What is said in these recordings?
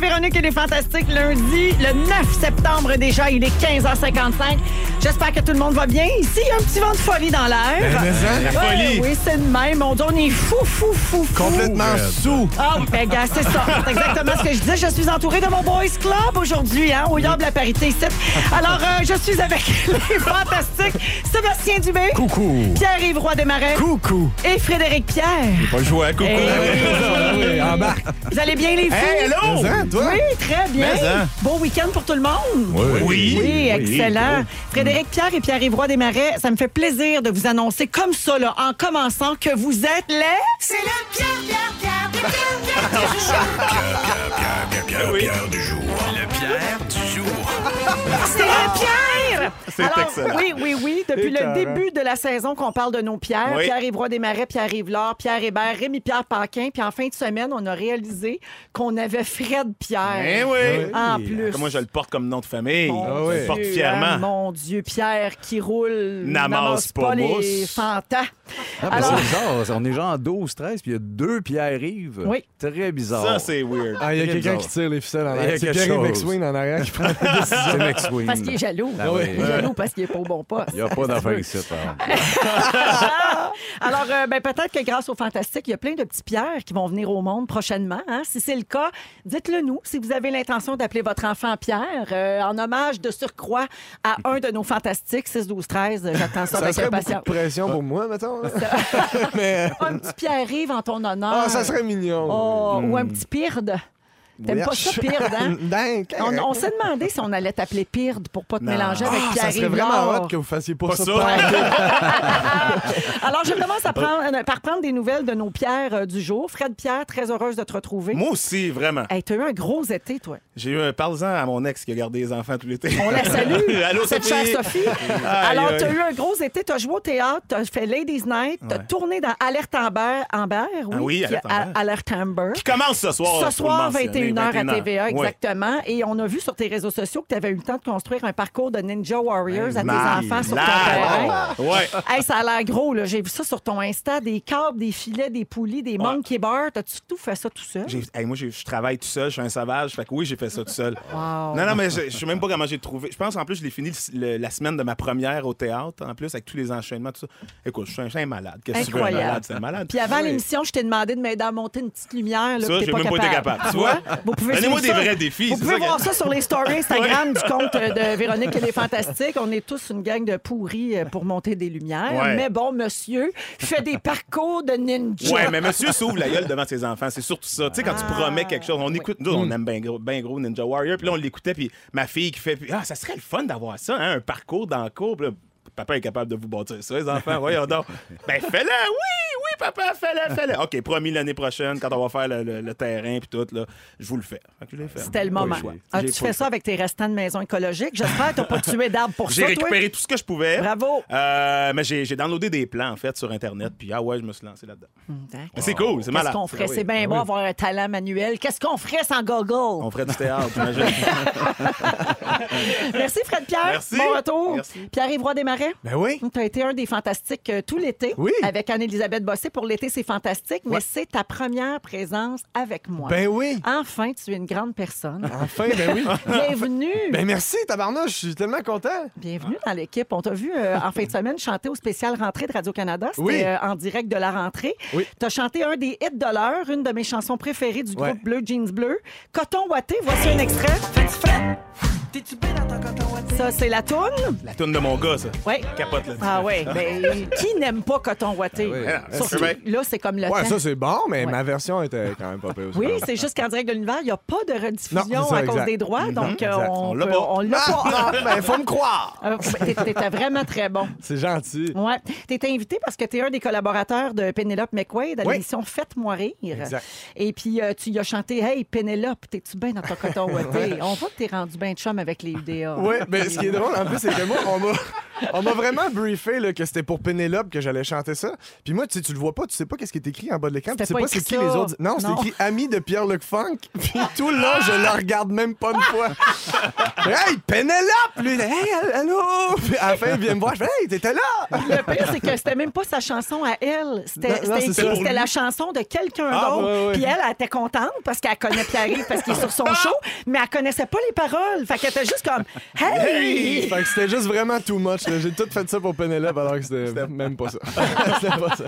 Véronique et les Fantastiques lundi, le 9 septembre déjà. Il est 15h55. J'espère que tout le monde va bien. Ici, il y a un petit vent de folie dans l'air. Mais ça, La Ouais, Ben, folie. Oui, c'est le même. Mon Dieu, on est fou, fou, fou, fou. Complètement sous. Ah, ben, gars, c'est ça. C'est exactement ce que je disais. Je suis entourée de mon Boys Club aujourd'hui, hein, au Yard de la parité ici. Alors, euh, je suis avec les fantastiques Sébastien Dubé. Coucou. Pierre-Yves Roy Desmarais. Coucou. Et Frédéric Pierre. Pas le choix, coucou. Eh oui. embarque. Vous allez bien, les filles? Hey, hello! Mais, hein, toi? Oui, très bien. Mais, hein. Bon week-end pour tout le monde. Oui. Mm. Oui, excellent. Frédéric Pierre et Pierre Évroy Desmarais, ça me fait plaisir de vous annoncer comme ça, là, en commençant, que vous êtes les... C'est le Pierre, Pierre, Pierre, Pierre, Pierre, Pierre, Pierre, C'est les Pierre! C'est Alors, excellent. Oui, oui, oui. Depuis le début de la saison qu'on parle de nos pierres, Oui. Pierre Évroy Desmarais, Pierre Yves-Laure, Pierre Hébert, Rémi-Pierre Paquin, puis en fin de semaine, on a réalisé qu'on avait Fred Pierre. Eh oui. En plus. Moi, je le porte comme nom de famille. Mon Ah oui. Je le porte Dieu, hein, fièrement. mon Dieu, Pierre qui roule N'amasse pas les mousse. fantas. Ah, mais Alors, c'est bizarre. ça. On est genre en 12, 13, puis il y a deux Pierre-Yves. Oui. Très bizarre. Ça, c'est weird. Ah, il y a Très quelqu'un bizarre. qui tire les ficelles en Il y arrière. a C'est quelque Pierre chose. McSween en arrière qui prend la décision. C'est Max Wing. parce qu'il est jaloux. Ah oui. Il est jaloux parce qu'il est pas au bon poste. Il n'y a pas d'affaire ici, par exemple. Alors, euh, ben, peut-être que grâce au Fantastique, il y a plein de petits pierres qui vont venir au monde prochainement. hein. Si c'est le cas, dites-le nous. Si vous avez l'intention d'appeler votre enfant Pierre, euh, en hommage de surcroît à un de nos Fantastiques, 6, 12, 13, euh, j'attends Ça ça, avec serait beaucoup de impatience. pression pour moi, mettons. là. Mais Un petit Pierre-Yves en ton honneur. ah, ça serait mignon. Oh, Ou un petit Pirde. T'aimes pas ça, Pirde, hein? Dingue. On, on s'est demandé si on allait t'appeler Pirde pour pas te Non. mélanger avec Ah, Pierre ça serait vraiment hot que vous fassiez pas, Pas ça. ça. pareil. Alors, je commence à prendre, euh, par prendre des nouvelles de nos pierres euh, du jour. Fred Pierre, très heureuse de te retrouver. Moi aussi, vraiment. Hey, t'as eu un gros été, toi. J'ai eu un parle-en à mon ex qui a gardé les enfants tout l'été. On la salue. Allô, cette chère Sophie. Sophie. Aïe, Alors, aïe. t'as eu un gros été, t'as joué au théâtre, t'as fait Ladies Night, t'as tourné dans Alerte Amber, Amber, oui, Ah oui, qui- Alerte Amber. à- Alerte Amber. Qui commence ce soir. Ce faut le soir, 21h mentionner, à 21h. TVA, Oui. exactement. Et on a vu sur tes réseaux sociaux que tu avais eu le temps de construire un parcours de Ninja Warriors à tes Malade. enfants sur ton terrain. Ouais. Hey, ça a l'air gros, là. J'ai vu ça sur ton Insta, des câbles, des filets, des poulies, des monkey bars. T'as-tu tout fait ça tout seul? J'ai- hey, moi, j'ai- je travaille tout seul, je suis un sauvage. Fait que oui, j'ai fait ça tout seul. Wow. Non, non, mais je, je sais même pas comment j'ai trouvé. Je pense, en plus, je l'ai fini le- le- la semaine de ma première au théâtre, en plus, avec tous les enchaînements, tout ça. Écoute, je suis un, je suis un malade. Qu'est-ce que tu veux, un Incroyable. malade? C'est un malade. Puis avant l'émission, je t'ai demandé de m'aider à monter une petite lumière. Là, Ah Ça, que t'es j'ai pas même pas capable. été capable. Tu vois? Vous pouvez Donnez-moi suivre des ça. vrais défis, Vous c'est pouvez ça que- voir ça sur les stories Instagram du compte de Véronique et les Fantastiques. On est tous une gang de pourris euh, pour monter des lumières. Ouais. Mais bon, monsieur, fait des parcours de ninja. Ouais, mais monsieur s'ouvre la gueule devant ses enfants. C'est surtout ça. Tu sais, quand tu promets quelque chose, Ah, on écoute, nous, Hmm. on aime bien gros, ben gros Ninja Warrior. Puis là, on l'écoutait, puis ma fille qui fait, puis, ah, ça serait le fun d'avoir ça, hein, un parcours dans le cours. Puis là, Papa est capable de vous bâtir ça, les enfants. Voyons donc. Ben, fais-le, oui, oui, papa, fais-le, fais-le. OK, promis l'année prochaine, quand on va faire le, le- le terrain, puis tout, là, je vous le fais. Fait que je l'ai fait. C'était le Pas moment. choix. Ah, J'ai tu pas fais le ça avec tes restants de maison écologique. J'espère que t'as pas tué d'arbres pour ça, J'ai toi. récupéré tout ce que je pouvais. Bravo. Euh, mais j'ai j'ai downloadé des plans, en fait, sur Internet. Puis, ah ouais, je me suis lancé là-dedans. D'accord. Mais C'est cool, c'est Hein? Qu'est-ce malade. Ben qu'on ferait? C'est bien bon avoir un talent manuel. Qu'est-ce qu'on ferait sans On Google? ferait du théâtre, j'imagine. Merci, Fred Pierre. Merci. Bon retour. Merci. Pierre-Yves Roy Desmarais. Ben oui. Tu as été un des fantastiques euh, tout l'été Oui. avec Anne-Elisabeth Bossé. Pour l'été, c'est fantastique, mais c'est ta première présence avec moi. Ben oui. Enfin, tu es une grande personne. Enfin, ben oui. Bienvenue. Ben merci, tabarnouche. Je suis tellement content. Bienvenue dans l'équipe. On t'a vu euh, en fin de semaine chanter au spécial rentrée de Radio-Canada. C'était Oui. euh, en direct de la rentrée. Oui. Tu as chanté un des hits de l'heure, une de mes chansons préférées du Ouais. groupe Bleu Jeans Bleu. Coton Watté, voici un extrait. Ça, c'est la toune. La toune de mon gars, ça. Ouais. Capote, là. Euh, Ah ouais, ben, qui n'aime pas coton ouaté? oui. Surtout, Ouais. là, c'est comme le Ah Ouais, temps. ça c'est bon, mais Ouais. ma version était quand même pas pire. oui, c'est juste qu'en direct de l'univers, il n'y a pas de rediffusion Non, c'est ça, à cause exact. Mhm. des droits, donc euh, exact. on On l'a peut- pas. on l'a pas. Ah, ben faut me croire. Euh, t'é- T'étais vraiment très bon. C'est gentil. Ouais. T'étais invité parce que t'es un des collaborateurs de Penelope McQuaid à Oui. l'émission Faites-moi rire. Exact. Et puis, euh, tu y as chanté Hey, Penelope, t'es-tu bien dans ton coton ouaté? On voit que t'es rendu bien de chum avec les UDA. Oui, mais ce qui est drôle en plus, c'est que moi, on m'a. On m'a vraiment briefé là, que c'était pour Pénélope que j'allais chanter ça. Puis moi, tu, sais, tu le vois pas, tu sais pas qu'est-ce qui est écrit en bas de l'écran. puis Tu sais C'était pas, pas c'est écrit qui les ça. autres. Non, c'est Non. écrit ami de Pierre-Luc Funk. Puis tout le long, je la regarde même pas une fois. hey, Pénélope! Lui, il dit, hey, allô! Puis à la fin, il vient me voir. Je fais, hey, t'étais là! Le pire, c'est que c'était même pas sa chanson à elle. C'était Non, non, c'était c'est ça. écrit, c'était la chanson de quelqu'un Ah, d'autre. ouais, ouais. Puis elle, elle était contente parce qu'elle connaît Pierre-Yves parce qu'il est sur son show, mais elle connaissait pas les paroles. Fait qu'elle était juste comme Hey! Fait que c'était juste vraiment too much. là. J'ai tout fait ça pour Pénélope alors que c'était même pas ça. c'était pas ça.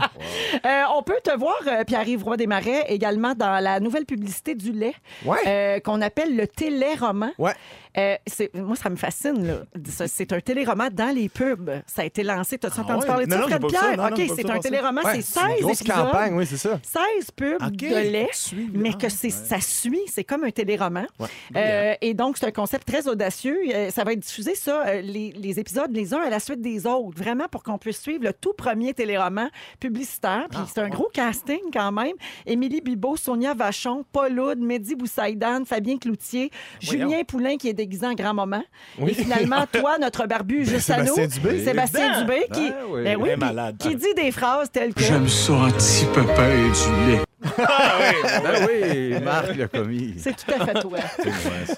Euh, on peut te voir, euh, Pierre-Yves Roy des Marais, également dans la nouvelle publicité du lait Ouais. euh, qu'on appelle le téléroman. Ouais. Euh, c'est- moi, ça me fascine. là. Ça, C'est un téléroman dans les pubs. Ça a été lancé. T'as-tu entendu Ah ouais? parler de Non, ça, non, Fred j'ai pas vu ça. Pierre? Non, non, j'ai OK, pas vu c'est ça un passer. téléroman, Ouais, c'est une 16 grosse épisodes. campagne, oui, c'est ça. 16 pubs OK, de lait, suit, mais ah, que c'est, ça suit, c'est comme un téléroman. Ouais. Euh, et donc, c'est un concept très audacieux. Euh, ça va être diffusé, ça, euh, les, les épisodes les uns à la suite des autres, vraiment pour qu'on puisse suivre le tout premier téléroman publicitaire. Puis c'est un gros casting quand même. Émilie Bibeau, Sonia Vachon, Paul Oud, Mehdi Boussaïdan, Fabien Cloutier, Julien Poulain qui est déguisé en grand-maman. Et finalement, toi, notre barbu juste à nous, Sébastien Dubé. Sébastien Dubé, qui, Ben oui. ben oui, Il est puis- malade. qui dit des phrases telles que... J'aime ça un petit papa et du lait. Ben oui, Marc l'a commis. C'est tout à fait toi.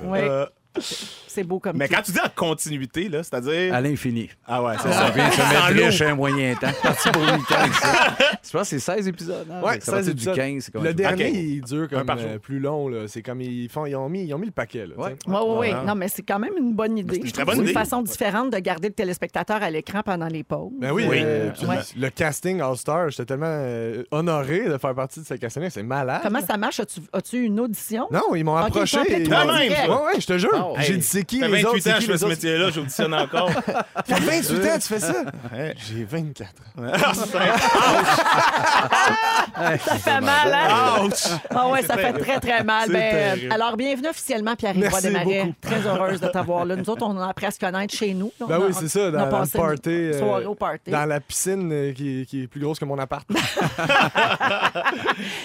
Oui, Euh, c'est beau comme mais tout. quand tu dis en continuité, là, c'est-à-dire. À l'infini. Ah ouais, c'est Ça ça. vient de se Sans mettre l'eau. riche un moyen temps. Parti pour le week-end, ça. Je pense que c'est 16 épisodes. Ah, hein? Ouais, ça va 16 être du épisodes. 15. c'est quand Le même- dernier, Ok. il dure comme par jour. euh, plus long. là. C'est comme ils font, ils ont mis, ils ont mis le paquet. là, Ouais. tu sais. Oui, oui, oui. Non, mais c'est quand même une bonne idée. une Je très trouve bonne une idée. façon différente de garder le téléspectateur à l'écran pendant les pauses. Ben oui, Oui. euh, puis Ouais. le casting All-Star, j'étais tellement euh, honoré de faire partie de ce casting c'est malade. Comment ça marche? As-tu, as-tu eu une audition? Non, ils m'ont Ok, approché. ils t'ont appelé et- toi en Ouais, direct. ouais, je te jure. J'ai dit c'est qui T'as les autres, 28 c'est ans, qui je fais les ce autres. métier-là, j'auditionne encore. T'as 28 ans, tu fais ça? J'ai 24 ans. Ça fait mal, hein? Ah ouais, ça fait terrible. très, très mal. C'est Ben, terrible. euh, alors, bienvenue officiellement, Pierre-Yves Merci Desmarais. beaucoup. Très heureuse de t'avoir là. Nous autres, on a appris à se connaître chez nous. là. Ben On a- oui, c'est ça, on a dans la passé une party, euh, soirée au party. dans la piscine euh, qui, qui est plus grosse que mon appart.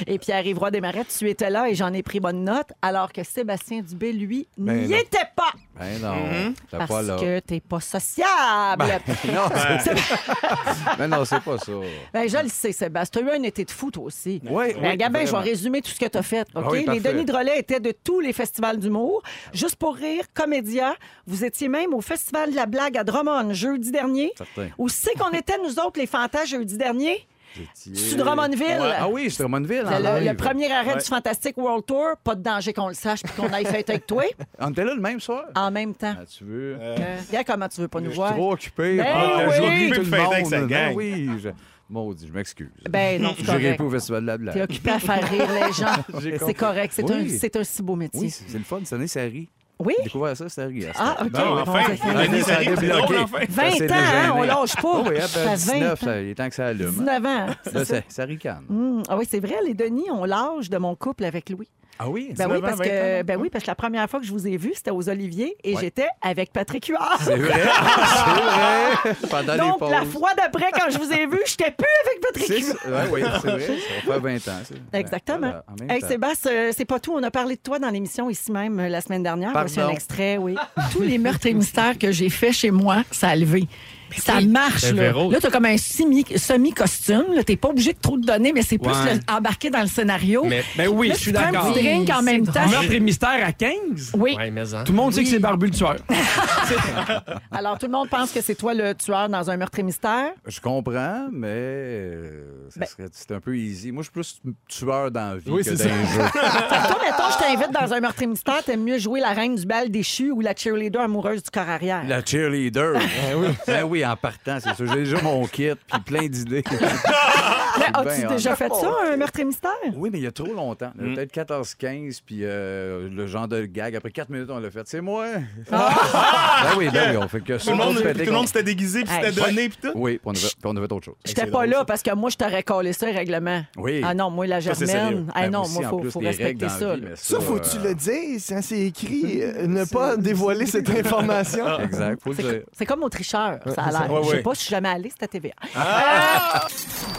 Et Pierre-Yves Roy Desmarais, tu étais là et j'en ai pris bonne note, alors que Sébastien Dubé, lui, Ben n'y non. était pas Ben non, t'as pas parce là. que t'es pas sociable. Non, c'est- Ben non, c'est pas ça. Ben, je le sais, Sébastien. Tu as eu un été de fou, toi aussi. Oui, Ben, oui, Gabin, je vais vraiment. résumer tout ce que tu as fait. OK? Ah oui, les parfait. Denis Drolet étaient de tous les festivals d'humour. Juste pour rire, comédia. Vous étiez même au Festival de la blague à Drummond jeudi dernier. Certain. Où c'est qu'on était, nous autres, les fantas, jeudi dernier? J'étais- Sous Drummondville. Ah oui, c'est Drummondville. Le, en le- live. le premier arrêt du Fantastic World Tour, pas de danger qu'on le sache puis qu'on aille fêter avec toi Ah, On était là le même soir? en même temps. Ah, tu veux? Euh, regarde comment tu veux pas nous Je suis voir. trop occupé. Ben Ah, oui. je- J'oublie occupé tout de le fêter avec monde. sa Non, gang. oui, je... Maudit, je m'excuse. Ben non, c'est J'irai correct. pas au Festival de la blague. T'es occupé à faire rire les gens. J'ai C'est compris. correct. C'est Oui. un, c'est un si beau métier. Oui, c'est c'est le fun. Cette année, ça rit. Oui? J'ai découvert ça, ça rit. à ce Ah, OK. Bon, Bon, enfin, ça fait Denis, ça arrive, c'est drôle, Bloqué. enfin. 20 c'est ans, hein, dégénéré. on lâche pas. Oh oui, Ça après fait 19, 20 ans. ça, il est temps que ça allume. 19 ans. c'est Là, ça. ça, ça ricane. Hum, Ah oui, c'est vrai, les Denis ont l'âge de mon couple avec Louis. Ah oui? Ben oui, 19 ans, parce 20 que, ans. ben oui, parce que la première fois que je vous ai vu, c'était aux Oliviers et Ouais. j'étais avec Patrick Huard. C'est vrai, Ah, c'est vrai. Pendant les Donc, pauses. la fois d'après, quand je vous ai vu, j'étais plus avec Patrick C'est Huard. ça. Ouais, oui, c'est vrai. Ça va faire 20 ans. Euh, ça. Exactement. Voilà, en même Hey, temps. Sébastien, euh, c'est pas tout. On a parlé de toi dans l'émission ici même euh, la semaine dernière. Pardon. Voici un extrait, oui. Tous les meurtres et mystères que j'ai fait chez moi, ça a levé. Ça marche, Ben, là. Véro. Là, t'as comme un semi- semi-costume. là. T'es pas obligé de trop te donner, mais c'est plus Ouais. le- embarqué dans le scénario. Mais, ben oui, Là, je suis tu prends d'accord. un petit drink en même temps. Meurtre et mystère à 15? Oui. Ouais, mais Hein? en- Tout le monde sait que c'est Barbu le tueur. Alors, tout le monde pense que c'est toi le tueur dans un meurtre et mystère. Je comprends, mais euh, ça Ben- serait- c'est un peu easy. Moi, je suis plus tueur dans la vie Oui, que c'est dans ça. un jeu. Fait que toi, mettons, je t'invite dans un meurtre et mystère, t'aimes mieux jouer la reine du bal déchu ou la cheerleader amoureuse du corps arrière. La cheerleader. Ben oui. en partant, c'est sûr. J'ai déjà mon kit, puis plein d'idées. Mais Ben, as-tu hein? ben, déjà fait ça, un meurtre et mystère? Oui, mais il y a trop longtemps. Il y a Peut-être 14-15, puis euh, le genre de gag. Après 4 minutes, on l'a fait. C'est moi. Ah! ben oui, ben oui, on fait que Tout ça. le monde, on se fait tout le monde s'était déguisé, puis Hey. c'était donné, puis tout. Oui, puis on, avait, puis on avait autre chose. J'étais c'est pas drôle, là ça. parce que moi, je t'aurais collé ça, les règlements. Oui. Ah non, moi, la Ça, c'est sérieux. germaine. Ah Ben, non, aussi, moi, en faut, plus, faut les respecter règles dans la ça. vie, là. mais Ça, faut-tu euh, le dire? C'est c'est écrit. euh, ne pas dévoiler cette information. Exact, faut le dire. C'est- C'est comme au tricheur, ça a l'air. Ouais, Je sais ouais. Ah! pas, je suis jamais allée, c'était à TVA. Euh,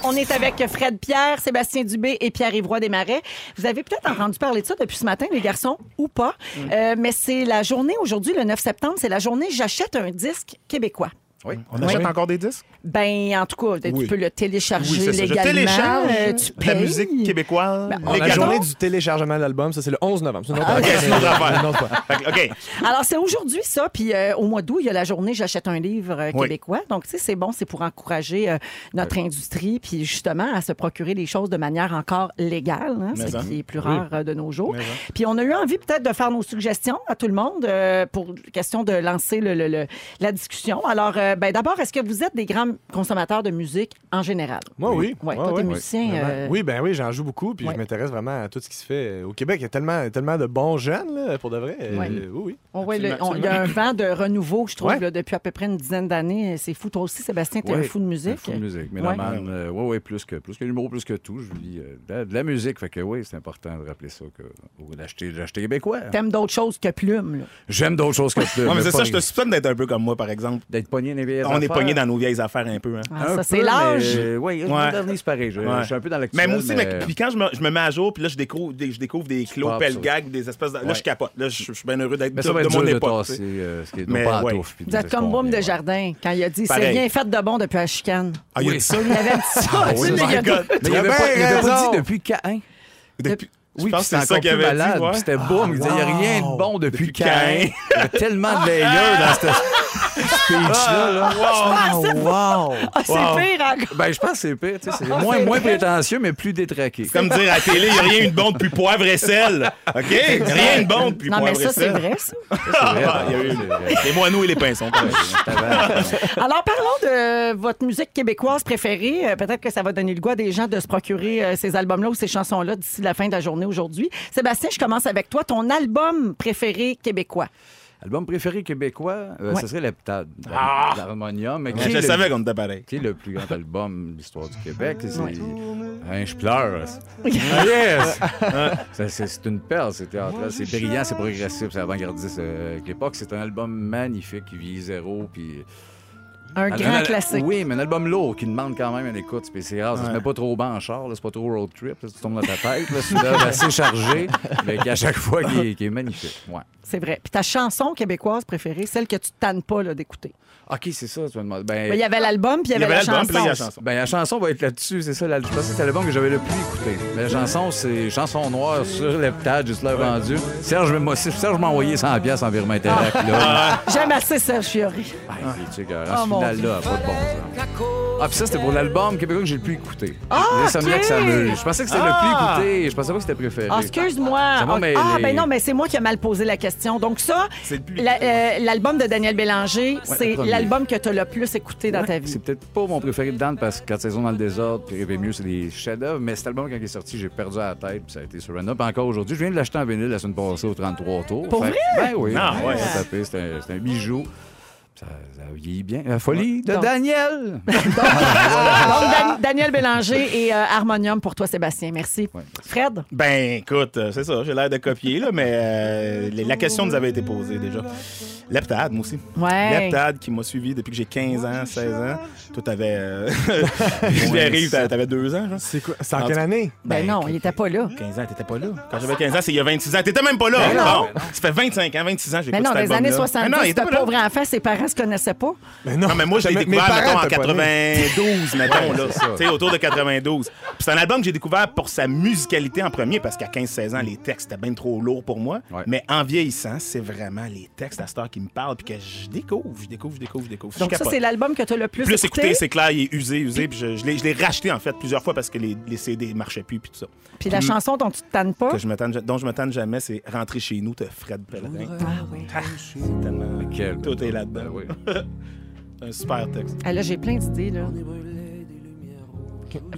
on est avec Fred Pierre, Sébastien Dubé et Pierre-Yves Roy Desmarais. Vous avez peut-être entendu parler de ça depuis ce matin, les garçons, ou Mm. pas. Euh, mais c'est la journée aujourd'hui, le 9 septembre, c'est la journée J'achète un disque québécois. Oui. On achète Oui. encore des disques? Ben, en tout cas, tu Oui. peux le Oui, télécharger c'est ça. Je légalement. télécharge euh, tu la payes. musique québécoise. Ben, on La Également- légalement. journée du téléchargement de l'album, ça, c'est le 11 novembre. C'est une autre OK, affaire. c'est une autre affaire. Une autre fois. Fait que, OK. Alors, c'est aujourd'hui, ça. Puis euh, au mois d'août, il y a la journée J'achète un livre euh, Oui. québécois. Donc, tu sais, c'est bon, c'est pour encourager euh, notre industrie, puis justement, à se procurer les choses de manière encore légale, hein, Mais ce en. qui est plus rare euh, de nos jours. Puis on a eu envie peut-être de faire nos suggestions à tout le monde euh, pour question de lancer le- le- le- la discussion. Alors, euh, ben, d'abord, est-ce que vous êtes des grands consommateurs de musique en général? Moi, oui. Ouais, Ouais, toi, t'es ouais. musicien. Vraiment. euh, Oui, ben oui, j'en joue beaucoup, puis Ouais. je m'intéresse vraiment à tout ce qui se fait euh, au Québec. Il y a tellement, tellement de bons jeunes, là, pour de vrai. Euh, Ouais. oui, oui. On voit le- Absolument, on- il y a un vent de renouveau, je trouve, Ouais. là, depuis à peu près une dizaine d'années. C'est fou. Toi aussi, Sébastien, t'es Ouais, un fou de un musique. fou de musique. Mais Ouais. oui, plus que, plus que l'humour, plus que tout. Je lis euh, de, la, de la musique. Fait que oui, c'est important de rappeler ça. Que, ou d'acheter, d'acheter québécois. T'aimes d'autres choses que plume. là. J'aime d'autres choses que ça. Ouais, mais mais c'est pas ça, je te les- soupçonne d'être un peu comme moi, par exemple. D'être pogné dans les vieilles On est affaires. pogné dans nos vieilles affaires un peu. hein. Ah, Un ça, c'est peu, l'âge. mais, euh, Oui, le Ouais. dernier, c'est pareil. Je, Ouais. je suis un peu dans l'actuel. Mais moi aussi, mais- mais- puis quand je me, je me mets à jour, puis là, je découvre, des- je découvre des clous, pars pelgags, des espèces de- Là, Ouais. je capote. Là, je je suis bien heureux d'être de, Mais ça va de être mon dur de époque. tu tasser sais. euh, ce qui est nos Mais pantoufles. ouais. puis Vous de êtes ce comme qu'on Boum vient, de ouais. Jardin quand il a dit c'est Pareil. rien fait de bon depuis la chicane. Ah, il y a dit ça, lui? Il avait dit Ah ça. tu sais, mais il a- Mais il avait Ben, pas, il avait pas raison. dit depuis quand. hein? Depuis- Oui, puis c'était encore qu'il plus avait dit, malade. ouais. puis C'était boum. Il disait, il n'y a rien de bon depuis Depuis Caïn. Caïn. Il y a tellement de layers dans cette speech-là. là. wow! Ah, c'est Wow. pire. encore. Ben, je pense que c'est pire. tu sais, C'est moins, c'est moins vrai. prétentieux, mais plus détraqué. C'est comme dire à la télé, il n'y a rien eu de bon depuis poivre et sel. OK? Rien de bon depuis Non, mais poivre et ça, c'est sel. vrai, ça. C'est vrai, Ah, il y a eu- Les moineaux et les pinsons. quand même. c'est vrai. Alors, parlons de votre musique québécoise préférée. Euh, Peut-être que ça va donner le goût à des gens de se procurer euh, ces albums-là ou ces chansons-là d'ici la fin de la journée aujourd'hui. Sébastien, je commence avec toi. Ton album préféré québécois? Album préféré québécois, euh, Ouais. ce serait L'Heptade Ah! d'Harmonium. mais qui Je est le- savais qu'on était pareil. qui est le plus grand album de l'histoire du Québec. C'est- Hein, je pleure. Ah, yes! Hein, Ça, c'est, c'est une perle, c'est théâtral, c'est brillant, c'est progressif, c'est avant-gardiste euh, avec l'époque. C'est un album magnifique qui vieillit zéro. Puis... Un grand al- classique. Oui, mais un album lourd qui demande quand même une écoute spéciale. Ça se Ouais. met pas trop bas en char, là, c'est pas trop road trip. là, tu tombes dans ta tête. là, C'est une œuvre assez chargée, mais qui à chaque fois qui est, qui est magnifique. Ouais. C'est vrai. Puis ta chanson québécoise préférée, celle que tu ne tannes pas là, d'écouter. OK, c'est ça, tu me demandes. Ben, Il y avait l'album, puis il y avait, la l'album, chanson. puis là, Euh, il y a la chanson. Ben, la chanson va être là-dessus, c'est ça. La... Je pense que c'est l'album que j'avais le plus écouté. Mais la chanson, c'est Chanson Noire sur l'heptade, juste là vendu. Serge m'a Serge m'a envoyé 100$ piastres en virement interact, là. J'aime assez Serge Fiori. Ben, c'est- tu sais, en Oh, ce mon final-là, pas de bon sens. Ah, puis ça, c'était pour l'album québécois que j'ai le plus écouté. Ah, Les Somniacs ok. s'amusent. Je pensais que c'était Ah. le plus écouté. Je pensais pas que c'était préféré. Ah, excuse-moi. Ça m'a Ah, mêlé. ah, ben non, mais c'est moi qui ai mal posé la question. Donc ça, C'est le plus- la- euh, l'album de Daniel Bélanger, c'est le premier. l'album que tu as le plus écouté dans ta vie. C'est peut-être pas mon préféré de Dan parce que Quatre saisons dans le désordre, puis Rêver mieux, c'est des chefs-d'œuvre. Mais cet album, quand il est sorti, j'ai perdu la tête, puis ça a été sur Run Up encore aujourd'hui. Je viens de l'acheter en vinyle la semaine passée au 33 tours. Pour Fait- vrai? Ben oui. Ah, Ben, ouais. ça tapait, C'est un, c'est un bijou. Ça, ça vieillit bien. La folie de Donc- Daniel! Ben Donc, Ah, Dan- Daniel Bélanger et euh, Harmonium pour toi, Sébastien. Merci. Ouais. Fred, Ben, écoute, euh, c'est ça, j'ai l'air de copier, là, mais euh, les- la question nous avait été posée déjà. L'heptade, moi aussi. Ouais. L'heptade qui m'a suivi depuis que j'ai 15 ans, 16 ans. Toi, t'avais. Euh... J'arrive, t'a- t'avais 2 ans, genre. C'est quoi? C'est en En quelle tout- année? ben, non, il n'était pas là. 15 ans, t'étais pas là. Ben Quand j'avais 15 ans, c'est il y a 26 ans. T'étais même pas là. bon, ça fait 25 ans, 26 ans, j'ai Mais Ben écouté non, cet des années album-là. 70, Mais non, il était ce pas là. pauvre enfant, ses parents ne se connaissaient pas. Mais Ben non. Non, mais moi, je l'ai Mes- mes découvert, parents mettons, en étaient pas nés. 92, mettons, là. c'est ça. Tu sais, autour de 92. Puis c'est un album que j'ai découvert pour sa musicalité en premier, parce qu'à 15-16 ans, les textes étaient bien trop lourds pour moi. Ouais. Mais en vieillissant, c'est vraiment les textes à cette heure qui me parlent, puis que je découvre, je découvre, je découvre, je découvre. Donc je ça, capote. c'est l'album que tu as le plus, Plus écouté, c'est clair, il est usé, usé. Puis je, je l'ai- je l'ai racheté, en fait, plusieurs fois parce que les, les CD marchaient plus, puis tout ça. Puis la chanson dont tu ne tannes pas. Mm-hmm. Que je me tanne- dont je me tanne jamais, c'est Rentrer chez nous de Fred Pellerin. Ah oui. Ah, c'est tellement- Quel- Tout est là-dedans. Ben oui. Un super texte. Ah, là, j'ai plein d'idées, là.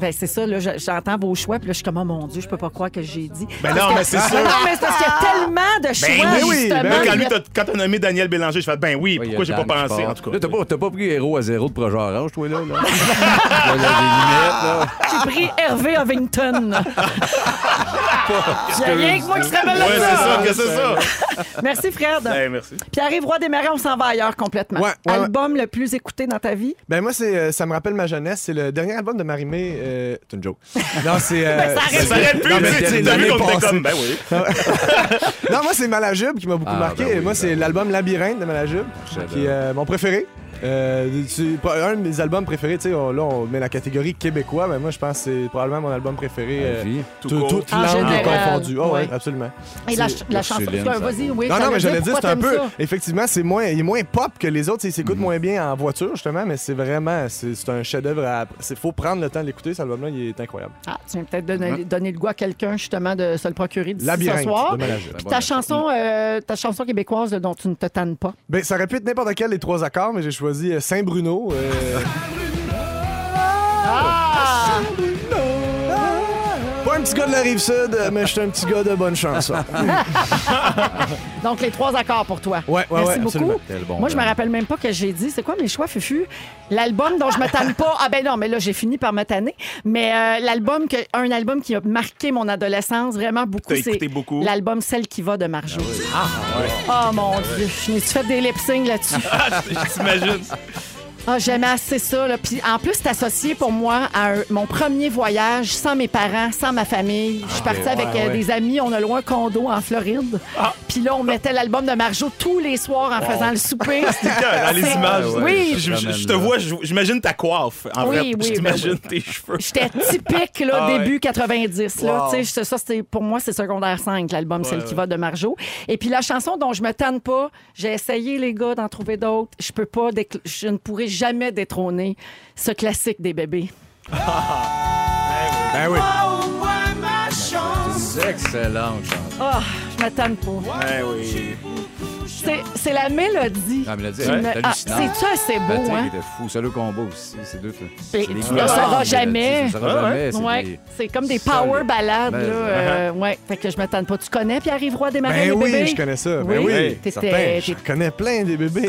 Ben, c'est ça, là, je- j'entends vos choix, puis là, je suis comme, oh mon Dieu, je peux pas croire que j'ai dit. Ben non, mais c'est sûr. Non, mais c'est parce qu'il y a tellement de choix, Ben oui, justement. ben oui, quand, Il y lui, a- t'as- quand t'as nommé Daniel Bélanger, je fais ben oui, Ouais, il y a pourquoi j'ai pas Dan qui pensé, part. en tout cas. Là, t'as pas, t'as pas pris Héros à zéro de Projet Orange, toi, là. là. Là, il y a des lunettes, là. J'ai pris Hervé Ovington. Il y a rien que moi qui se rappelle de Ouais, c'est ça. ça, que c'est ça. Merci, Fred. Ben, merci. Pierre-Yves Roy-Desmarais, on s'en va ailleurs complètement. Ouais, ouais, ouais. Album le plus écouté dans ta vie? Ben moi, c'est, euh, ça me rappelle ma jeunesse. C'est le dernier album de Marimé. euh, C'est une joke. Non, c'est... euh, Ben, ça Ça arrête. s'arrête plus, Non, mais tu sais, c'est t'as vu l'année qu'on était passée. comme, ben oui. non, moi, c'est Malajube qui m'a beaucoup Ah, marqué. ben oui, moi, ben c'est oui. l'album Labyrinthe de Malajube, Chef-d'œuvre. qui est euh, mon préféré. Euh, c'est pro- un de mes albums préférés, tu sais, on- là, on met la catégorie québécois, mais moi, je pense que c'est probablement mon album préféré. euh, Vie. Tout tout- court. toute En langue général, confondue. Ah ouais, ouais. absolument. Et la, C'est- la chanson. Ursuline, c'est un- ça. Vas-y, oui. Non, non, mais j'allais dire, pourquoi c'est un t'aimes peu. ça? Effectivement, c'est moins, il est moins pop que les autres. Il s'écoute Mhm. moins bien en voiture, justement, mais c'est vraiment. C'est c'est un chef-d'œuvre. à- C'est faut prendre le temps de l'écouter. Cet album-là, il est incroyable. Ah, tu viens peut-être donner, Hein? donner le goût à quelqu'un, justement, de se le procurer d'ici ce Labyrinthe soir. de Ménager. Puis ta chanson, euh, ta chanson québécoise dont tu ne te tannes pas. Ben, ça aurait pu être n'importe quel des trois accords, mais j'ai choisi euh, Saint-Bruno. euh, Pas un petit gars de la rive sud, mais je suis un petit gars de bonne chanson. Donc, les trois accords pour toi. Ouais, ouais, Merci ouais, beaucoup. absolument. Tel bon Moi, je me band. rappelle même pas que j'ai dit. C'est quoi mes choix, Fufu? L'album dont je me tanne pas. Ah ben non, mais là, j'ai fini par me tanner. Mais euh, l'album, que, un album qui a marqué mon adolescence vraiment beaucoup, T'as c'est écouté beaucoup. l'album Celle qui va de Marjo. Ah, Oh mon Dieu, je n'ai-tu fait des lip syncs là-dessus? Je t'imagine. Ah, j'aimais assez ça. Là. Puis en plus, c'est associé pour moi à un- mon premier voyage sans mes parents, sans ma famille. Je suis partie avec ouais, euh, ouais. des amis. On a loin un condo en Floride. Puis là, on mettait l'album de Marjo tous les soirs en faisant le souper. Dans les C'est- images. Ouais, Oui. Ah, Je, je- je te vois, je- j'imagine ta coiffe. En Oui, vrai, oui, je ben t'imagine tes cheveux. J'étais typique, là, Ah ouais. début 90. Là, Wow. Tu sais, c'est ça, c'était- pour moi, c'est secondaire 5, l'album Celle qui va de Marjo. Et puis la chanson dont je me tanne pas, j'ai essayé, les gars, d'en trouver d'autres. Je peux pas, décl- je ne pourrai jamais détrôner ce classique des bébés. Ben oui. Excellente chanson. Ah, je me tanne pas. Ah, Ouais, oui. C'est c'est la mélodie. La mélodie, qui elle me- est Ah, hallucinante. c'est ça, c'est Le beau, thème hein? était fou. C'est le combo aussi. C'est deux. Et c'est tu des le grandes sauras mélodies, jamais. Tu le sauras Ah ouais? jamais. c'est Ouais, des- c'est comme des Solide. power ballades, Ben, là. euh, ouais, fait que je me tanne pas. Tu connais Pierre-Yves Roy des Marais, Ben les oui, bébés? je connais ça. Ben oui. Oui, t'étais- certain. Je t'étais- connais plein des bébés.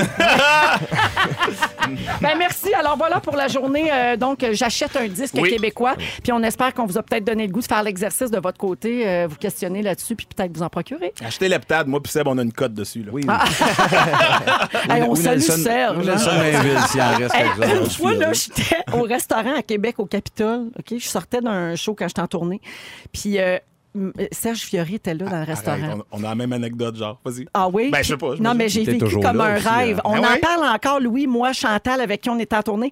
Ben merci. Alors voilà pour la journée. Euh, donc, euh, j'achète un disque Oui. québécois. Puis on espère qu'on vous a peut-être donné le goût de faire l'exercice de votre côté, euh, vous questionner là-dessus, puis peut-être vous en procurer. Achetez l'heptade, moi puis Seb, on a une cote dessus. Là. Oui, Ah, Hey, on Ou salue Nelson- ou Serge. hein. Nelson Mainville, s'il en reste Hey, quelque chose. une fois, là, j'étais au restaurant à Québec, au Capitole. OK? Je sortais d'un show quand j'étais en tournée. Puis euh, m- Serge Fiori était là dans Ah, le restaurant. Arrête, on, on a la même anecdote, genre. Vas-y. Ah oui? Ben, je sais Puis- pas, je Non, me- mais j'ai T'es vécu toujours comme là un aussi, rêve. hein. On Ah en ouais? parle encore, Louis, moi, Chantal, avec qui on était en tournée.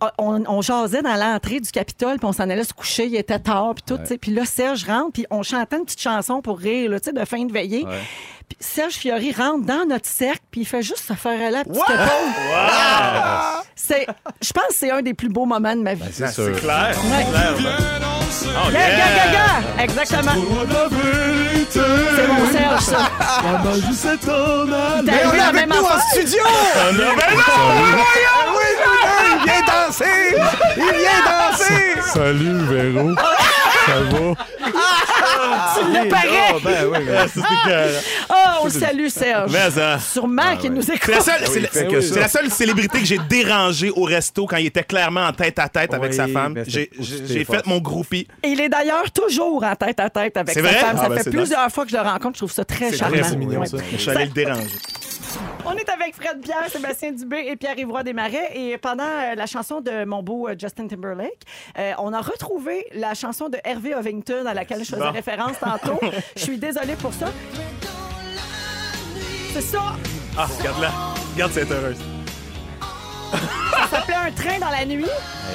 Ah, On, on jasait dans l'entrée du Capitole, puis on s'en allait se coucher, il était tard, puis tout. tu sais. Puis là, Serge rentre, puis on chantait une petite chanson pour rire, là, tu sais, de fin de veillée. Ouais. Puis Serge Fiori rentre dans notre cercle, puis il fait juste se faire aller à la petite épaule. C'est, Je pense que c'est un des plus beaux moments de ma Ben, vie. C'est sûr. Claire. Ouais. Claire. Oh, Yeah, yeah. yeah, yeah, yeah! Exactement. C'est mon Serge, ça. Mais T'as on vu est la avec même nous affaire? en studio! Ah, non, ben non! Ah oui, Véro, il vient danser! Il vient danser! Salut, Véro. Ah. Ça va? Il le paraît. Ah, ben oui, Ah, c'est dégueulasse. Ah, on le salue, Serge. Mais ça. Ah, Sûrement qu'il nous C'est écoute. la, seule, c'est la- fait Ben que c'est ça. la seule célébrité que j'ai dérangée au resto quand il était clairement en tête à tête avec Oui, sa femme. mais c'est Ah, J'ai pour j'ai- tes j'ai fait forces. mon groupie. Et il est d'ailleurs toujours en tête à tête avec C'est sa vrai? femme. Ça Ah, ben, fait c'est plusieurs fois que je le rencontre. Je trouve ça très C'est charmant. très mignon, Ouais. ça. Je suis allé le déranger. On est avec Fred Pierre, Sébastien Dubé et Pierre Ivroy Desmarais. Et pendant euh, la chanson de mon beau euh, Justin Timberlake, euh, on a retrouvé la chanson de Hervé Ovington à laquelle je faisais Bon. référence tantôt. Je suis désolée pour ça. C'est ça. Ah, regarde-la. Regarde, c'est heureuse. Ça s'appelait Un train dans la nuit.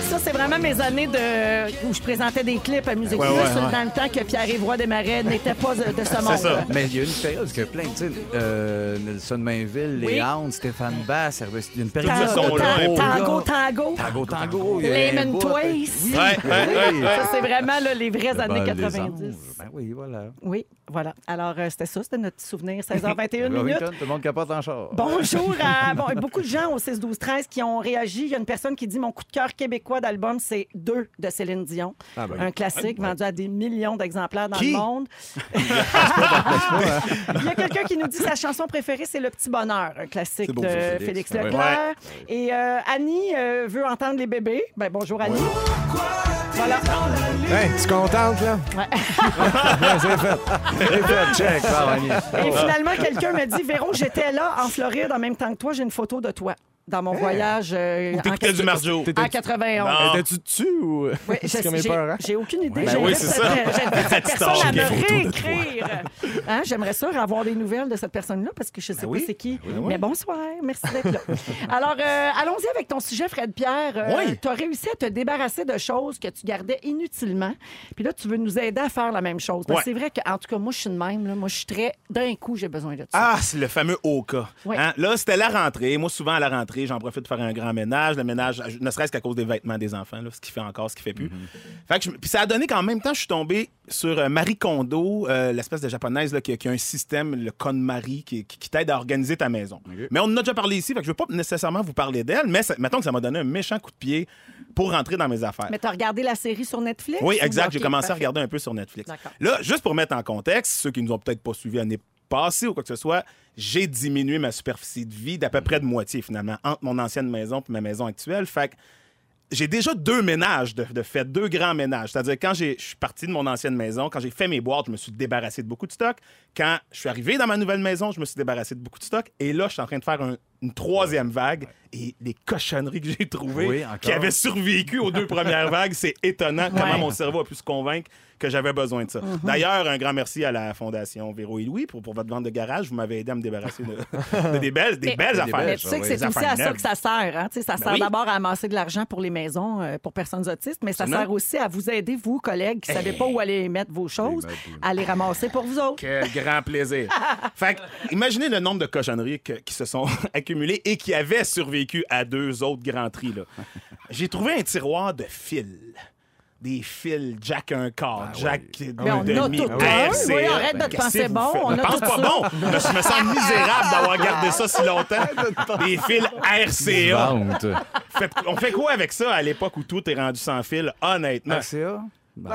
Ça, c'est vraiment mes années de... où je présentais des clips à Musique Ouais, Plus, ouais, sur- ouais. dans le temps que Pierre Ivroy Desmarais n'était pas euh, de ce monde. ça. Mais il y a une période que plein, tu sais, euh, Nelson Mainville, Oui. Léon, Stéphane Bass, Hervé- il y a une période Tous Tango, ce sont de là, tango, un tango, tango. tango, tango. il y a un Lemon bout, Twice. Ouais, ouais, ouais, ouais. Ça, c'est vraiment là, les vraies Le années bal des 90. anges. Ben oui, voilà. Oui, voilà. Alors, euh, c'était ça, c'était notre petit souvenir. 16h21 minutes. Robinson, tout le monde capote en char. Bonjour à bon, beaucoup de gens au 6 12 13 qui ont réagi. Il y a une personne qui dit mon coup de cœur québécois d'album c'est deux de Céline Dion, Ah, ben un classique vendu à des millions d'exemplaires dans Qui? le monde. Il y a quelqu'un qui nous dit sa chanson préférée c'est Le Petit Bonheur, un classique C'est beau, de ça, Félix. Ah Félix Ouais. Leclerc. Et euh, Annie euh, veut entendre les bébés. Ben bonjour Annie. Voilà. Hey, tu es contente, là? Check, par ami. Et finalement, quelqu'un me dit Véro, j'étais là en Floride en même temps que toi, j'ai une photo de toi. dans mon voyage euh, Ou en, t'écoutais du Marjo. en 91. Non. Ah. Étais-tu dessus ou. euh, Oui, je- C'est comme mes j'ai- peurs, hein? J'ai aucune idée. Ben J'aimerais oui, c'est cette- ça. J'aimerais cette Petite personne à tâche, me des photos de réécrire. Hein, J'aimerais ça avoir des nouvelles de cette personne-là parce que je sais Ben pas oui. c'est qui. Ben oui. Mais bonsoir, merci d'être là. Alors, euh, allons-y avec ton sujet, Fred Pierre. Oui. Tu as réussi à te débarrasser de choses que tu gardais inutilement. Puis là, tu veux nous aider à faire la même chose. Parce que Ouais. c'est vrai que, en tout cas, moi, je suis de même. là. Moi, je suis très. D'un coup, j'ai besoin de ça. Ah, c'est le fameux Oka. Oui. Hein? Là, c'était la rentrée. Moi, souvent, à la rentrée, j'en profite pour faire un grand ménage. Le ménage, ne serait-ce qu'à cause des vêtements des enfants, là, ce qui fait encore, ce qui fait plus. Fait que je- Puis ça a donné qu'en même temps, je suis tombé sur euh, Marie Kondo, euh, l'espèce de japonaise là, qui, a- qui a un système, le KonMari, qui, qui, qui t'aide à organiser ta maison. Mais on en a déjà parlé ici, fait que je ne veux pas nécessairement vous parler d'elle, mais ça- mettons que ça m'a donné un méchant coup de pied pour rentrer dans mes affaires. Mais tu as regardé la série sur Netflix? Oui, ou- exact. J'ai OK, commencé à parfait. regarder un peu sur Netflix. D'accord. Là, juste pour mettre en contexte, ceux qui nous ont peut-être pas suivis l'année passée ou quoi que ce soit, j'ai diminué ma superficie de vie d'à Mm-hmm. peu près de moitié finalement, entre mon ancienne maison et ma maison actuelle. Fait que j'ai déjà deux ménages de, de fait, deux grands ménages. C'est-à-dire, quand j'ai- je suis parti de mon ancienne maison, quand j'ai fait mes boîtes, je me suis débarrassé de beaucoup de stock. Quand je suis arrivé dans ma nouvelle maison, je me suis débarrassé de beaucoup de stock. Et là, je suis en train de faire un- une troisième vague. Et les cochonneries que j'ai trouvées, Oui, encore. qui avaient survécu aux deux premières vagues, c'est étonnant comment mon cerveau a pu se convaincre que j'avais besoin de ça. D'ailleurs, un grand merci à la Fondation Véro et Louis pour, pour votre vente de garage. Vous m'avez aidé à me débarrasser de, de des belles, des Mais- belles des affaires. Mais tu sais que oui. c'est Des aussi bah affaires à ça neuves. que ça sert. Hein? Tu sais, Ça sert oui. d'abord à amasser de l'argent pour les maisons euh, pour personnes autistes, mais ça Absolument. sert Eh ben, aussi à vous aider, vous, collègues, qui ne savez pas où aller mettre vos choses, Les meubles. à les ramasser pour vous autres. Quel grand plaisir. fait que, imaginez le nombre de cochonneries que- qui se sont accumulées et qui avaient survécu à deux autres grands tris. là. J'ai trouvé un tiroir de fils. Des fils, Jack un quart, Jack Mais on deux a demi, tout un. AFC. Oui, arrête de te Qu'est-ce penser que vous bon, faites? on Me a pense tout pas ça. bon. mais je me sens misérable d'avoir gardé ça si longtemps. Des fils RCA. Vente. Fait- on fait quoi avec ça à l'époque où tout est rendu sans fil, Ah, honnêtement? RCA? Ben,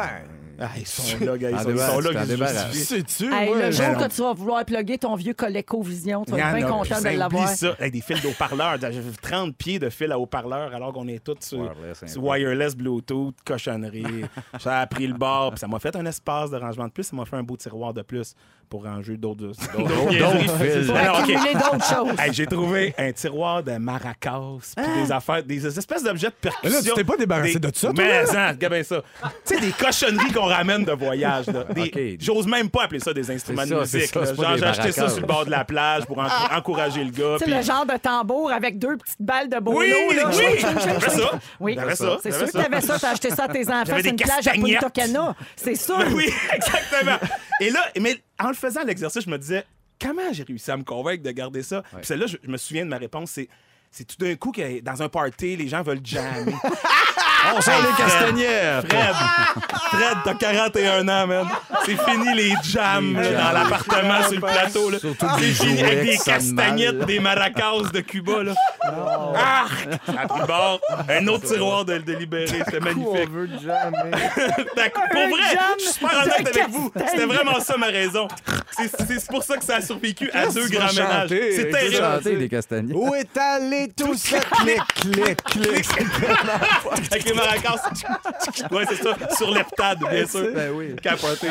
Ah, ils sont là, gars, ils En sont, ils débarras, sont tu t'en là. ils se débarrasses. justifient. Sais-tu? Hey, moi, Ben le jour mais que non. tu vas vouloir plugger ton vieux Coleco Vision, tu Il y vas en être bien ben a content qui de s'implient l'avoir. ça, avec des fils d'haut-parleur, de- 30 pieds de fil à haut-parleur, alors qu'on est tous sur Wireless, sur wireless, Bluetooth, cochonnerie. ça a pris le bord, puis ça m'a fait un espace de rangement de plus, ça m'a fait un beau tiroir de plus pour ranger d'autres. d'autres niaiseries. fils. Alors, ok. Accumuler d'autres choses. Hey, J'ai trouvé un tiroir de maracas, puis des affaires, des espèces d'objets de percussion. Ah! Mais là, tu t'es pas débarrassé de ça, toi, Mais là? attends, regarde bien ça. Tu sais, des cochonneries qu'on ramène de voyage. là. Des- Ok. J'ose même pas appeler ça des instruments C'est ça, de c'est musique. ça, là. c'est pas Genre, des J'ai acheté ça maracas. sur le bord de la plage pour en- Ah! encourager le gars. Tu sais, puis- le genre de tambour avec deux petites balles de bolo. Oui, là. oui, Ching, ching, ching, j'avais ching. ça. Oui, J'avais ça, c'est j'avais sûr que ça. t'avais ça. T'as acheté ça à tes enfants. J'avais C'est des une plage à castagnettes. Punta Cana. C'est sûr. Ben oui, exactement. Et là, mais en le faisant l'exercice, je me disais, comment j'ai réussi à me convaincre de garder ça? Puis celle-là, je, je me souviens de ma réponse, c'est c'est tout d'un coup que dans un party, les gens veulent jammer. On sort les Castagnière! Fred, Fred, t'as 41 ans, man. C'est fini les jams là, jams. dans l'appartement sur le plateau. Là. Surtout C'est des fini jouets avec des qui sonnent castagnettes, mal. des maracas de Cuba. Là. Ah! À plus bord, un autre tiroir de, de libéré. C'était magnifique. On veut jamais. D'accord. Pour Un vrai, jam je suis super de honnête avec vous. castagne. C'était vraiment ça ma raison. C'est- C'est c'est pour ça que ça a survécu à Qu'est-ce deux que tu vas grands ménages. chanter? C'est Qu'est-ce que tu vas terrible. Chanter des castagniers. Où est allé tout ça? Clic, clic, clic. Avec les maracas. Ouais, c'est ça. Sur l'heptade, bien sûr. Ben oui. Capoté.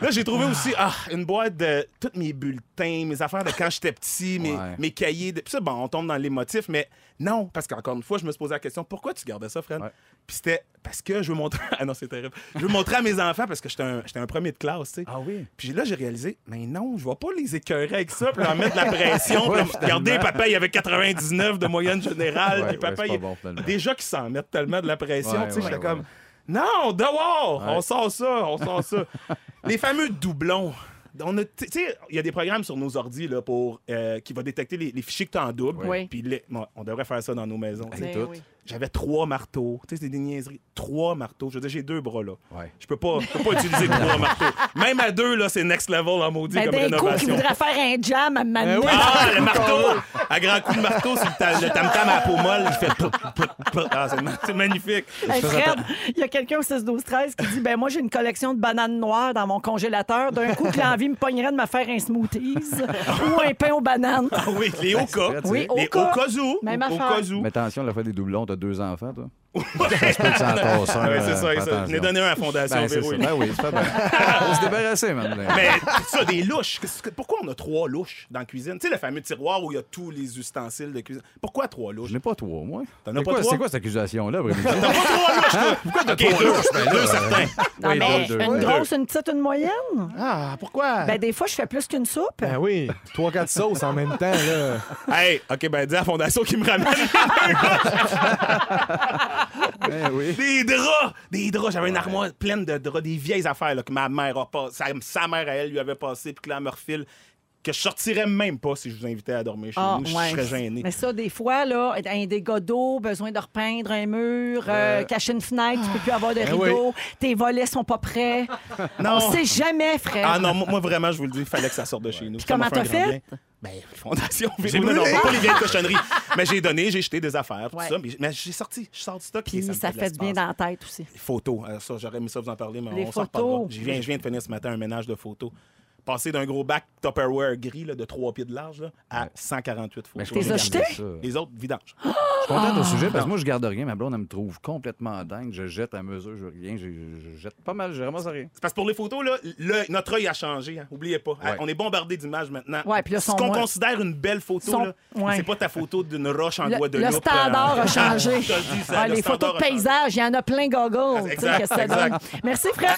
Là, j'ai trouvé aussi ah, une boîte de tous mes bulletins, mes affaires de quand j'étais petit, mes, Ouais. mes cahiers. De... Puis ça, bon, on tombe dans les motifs, mais non, parce qu'encore une fois, je me suis posé la question pourquoi tu gardais ça, Fred Ouais. Puis c'était parce que je veux montrer. Ah non, c'est terrible. Je veux montrer à mes enfants parce que j'étais un, j'étais un premier de classe, tu sais. Ah oui? Puis là, j'ai réalisé, mais non, je vais pas les écœurer avec ça, puis leur mettre de la pression. puis leur- regardez, papa, il avait 99 de moyenne générale, Ouais, puis ouais, papa, c'est pas il- bon, finalement. déjà qu'ils s'en mettent tellement de la pression, Ouais, tu sais, ouais, j'étais ouais. comme, non, dehors, Ouais. on sort ça, on sort ça. les fameux doublons. On a- tu sais, il y a des programmes sur nos ordis là, pour, euh, qui vont détecter les, les fichiers que tu en double. Oui. Puis les- bon, on devrait faire ça dans nos maisons. tu sais. Ben tout. oui. J'avais trois marteaux. Tu sais, c'est des niaiseries. Trois marteaux. Je veux dire, j'ai deux bras, là. Ouais. Je peux pas, je peux pas utiliser trois marteaux. Même à deux, là, c'est next level en maudit Ben, comme d'un coup, qui rénovation. voudrait faire un jam à un moment donné. Ah, le marteau! À grand coup de marteau, sur le ta- le tam-tam à la peau molle, il fait... pout, pout, pout. Ah, c'est ma- c'est magnifique. Hey, Fred, il y a quelqu'un au 16-12-13 qui dit ben Moi, j'ai une collection de bananes noires dans mon congélateur. D'un coup, que l'envie me pognerait de me faire un smoothies ou un pain aux bananes. Ah oui, les Oka. Fred, Oui, Les Oka. Okazu. Même Okazu. Mais attention, la fois des doublons, t'as deux enfants, toi. Ça se peut que ça en tasse un, Ouais, euh, c'est ça, fais c'est ça. attention. J'en ai donné un à Fondation Ben, c'est Véro. ça. Ben oui, c'est pas bien. On se débarrasser, maintenant. Mais ça, des louches. Qu'est-ce que- Pourquoi on a trois louches dans la cuisine? Tu sais, le fameux tiroir où il y a tous les ustensiles de cuisine. Pourquoi trois louches? Je n'ai pas trois, moi. T'en as C'est pas quoi- trois? C'est quoi cette accusation-là, après T'as pas trois louches, toi? Hein? Pourquoi t'as Ok, trois deux, louches? Ben là, deux euh, certains. Non, mais Oui, deux, deux, Ah, ben, une deux. grosse, une petite, une moyenne? Ah, pourquoi? Ben, des fois, je fais plus qu'une soupe. Ben oui, 3-4 sauces en même temps, là. Hey, OK, ben dis à la Fondation qui me ramène Ben oui. des draps! Des draps! J'avais une armoire pleine de draps, des vieilles affaires là, que ma mère a pas, sa, sa mère à elle lui avait passé, puis que là, elle me refile, que je sortirais même pas si je vous invitais à dormir chez Ah, nous. ouais. Je serais gêné. Mais ça, des fois, là, un dégât d'eau, besoin de repeindre un mur, euh, cacher une fenêtre, tu peux plus avoir de rideaux, tes volets sont pas prêts. Non. On sait jamais, frère. Oh. Ah non, moi moi, vraiment, je vous le dis, il fallait que ça sorte de chez nous. Ça comment m'a un t'as grand fait? bien. Ben, Fondation Véro. J'ai Non, non, brûlé. pas les vieilles cochonneries. Mais j'ai donné, j'ai jeté des affaires, tout Ouais. ça. Mais, mais j'ai sorti, je sors du stock. Puis et ça, me de fait du bien l'espace. dans la tête aussi. Les photos, euh, ça, j'aurais aimé ça vous en parler, mais Les on s'en photos. reparlera. Je viens, je viens de finir ce matin un ménage de photos. Passer d'un gros bac Tupperware gris là, de 3 pieds de large là, à 148 photos. je T'es pourrais acheté? garder ça. Les autres, vidange. Je suis content de sujet parce que moi, je garde rien. Ma blonde, elle me trouve complètement dingue. Je jette à mesure, je rien. Je, je- je jette pas mal, je ramasse rien. C'est parce que pour les photos, là, le- notre œil a changé. hein. Oubliez pas. hein. Ouais. On est bombardé d'images maintenant. Ouais, puis là, Ce sont qu'on moins- considère une belle photo, sont- là, Ouais. c'est pas ta photo d'une roche en Le, bois de le loupe, standard euh, a changé. je te le dis, ça, Ah, le les photos standard de a changé. paysages, il y en a plein gogol. Tu sais, Exact, qu'est-ce que ça exact. donne. Merci, Fred.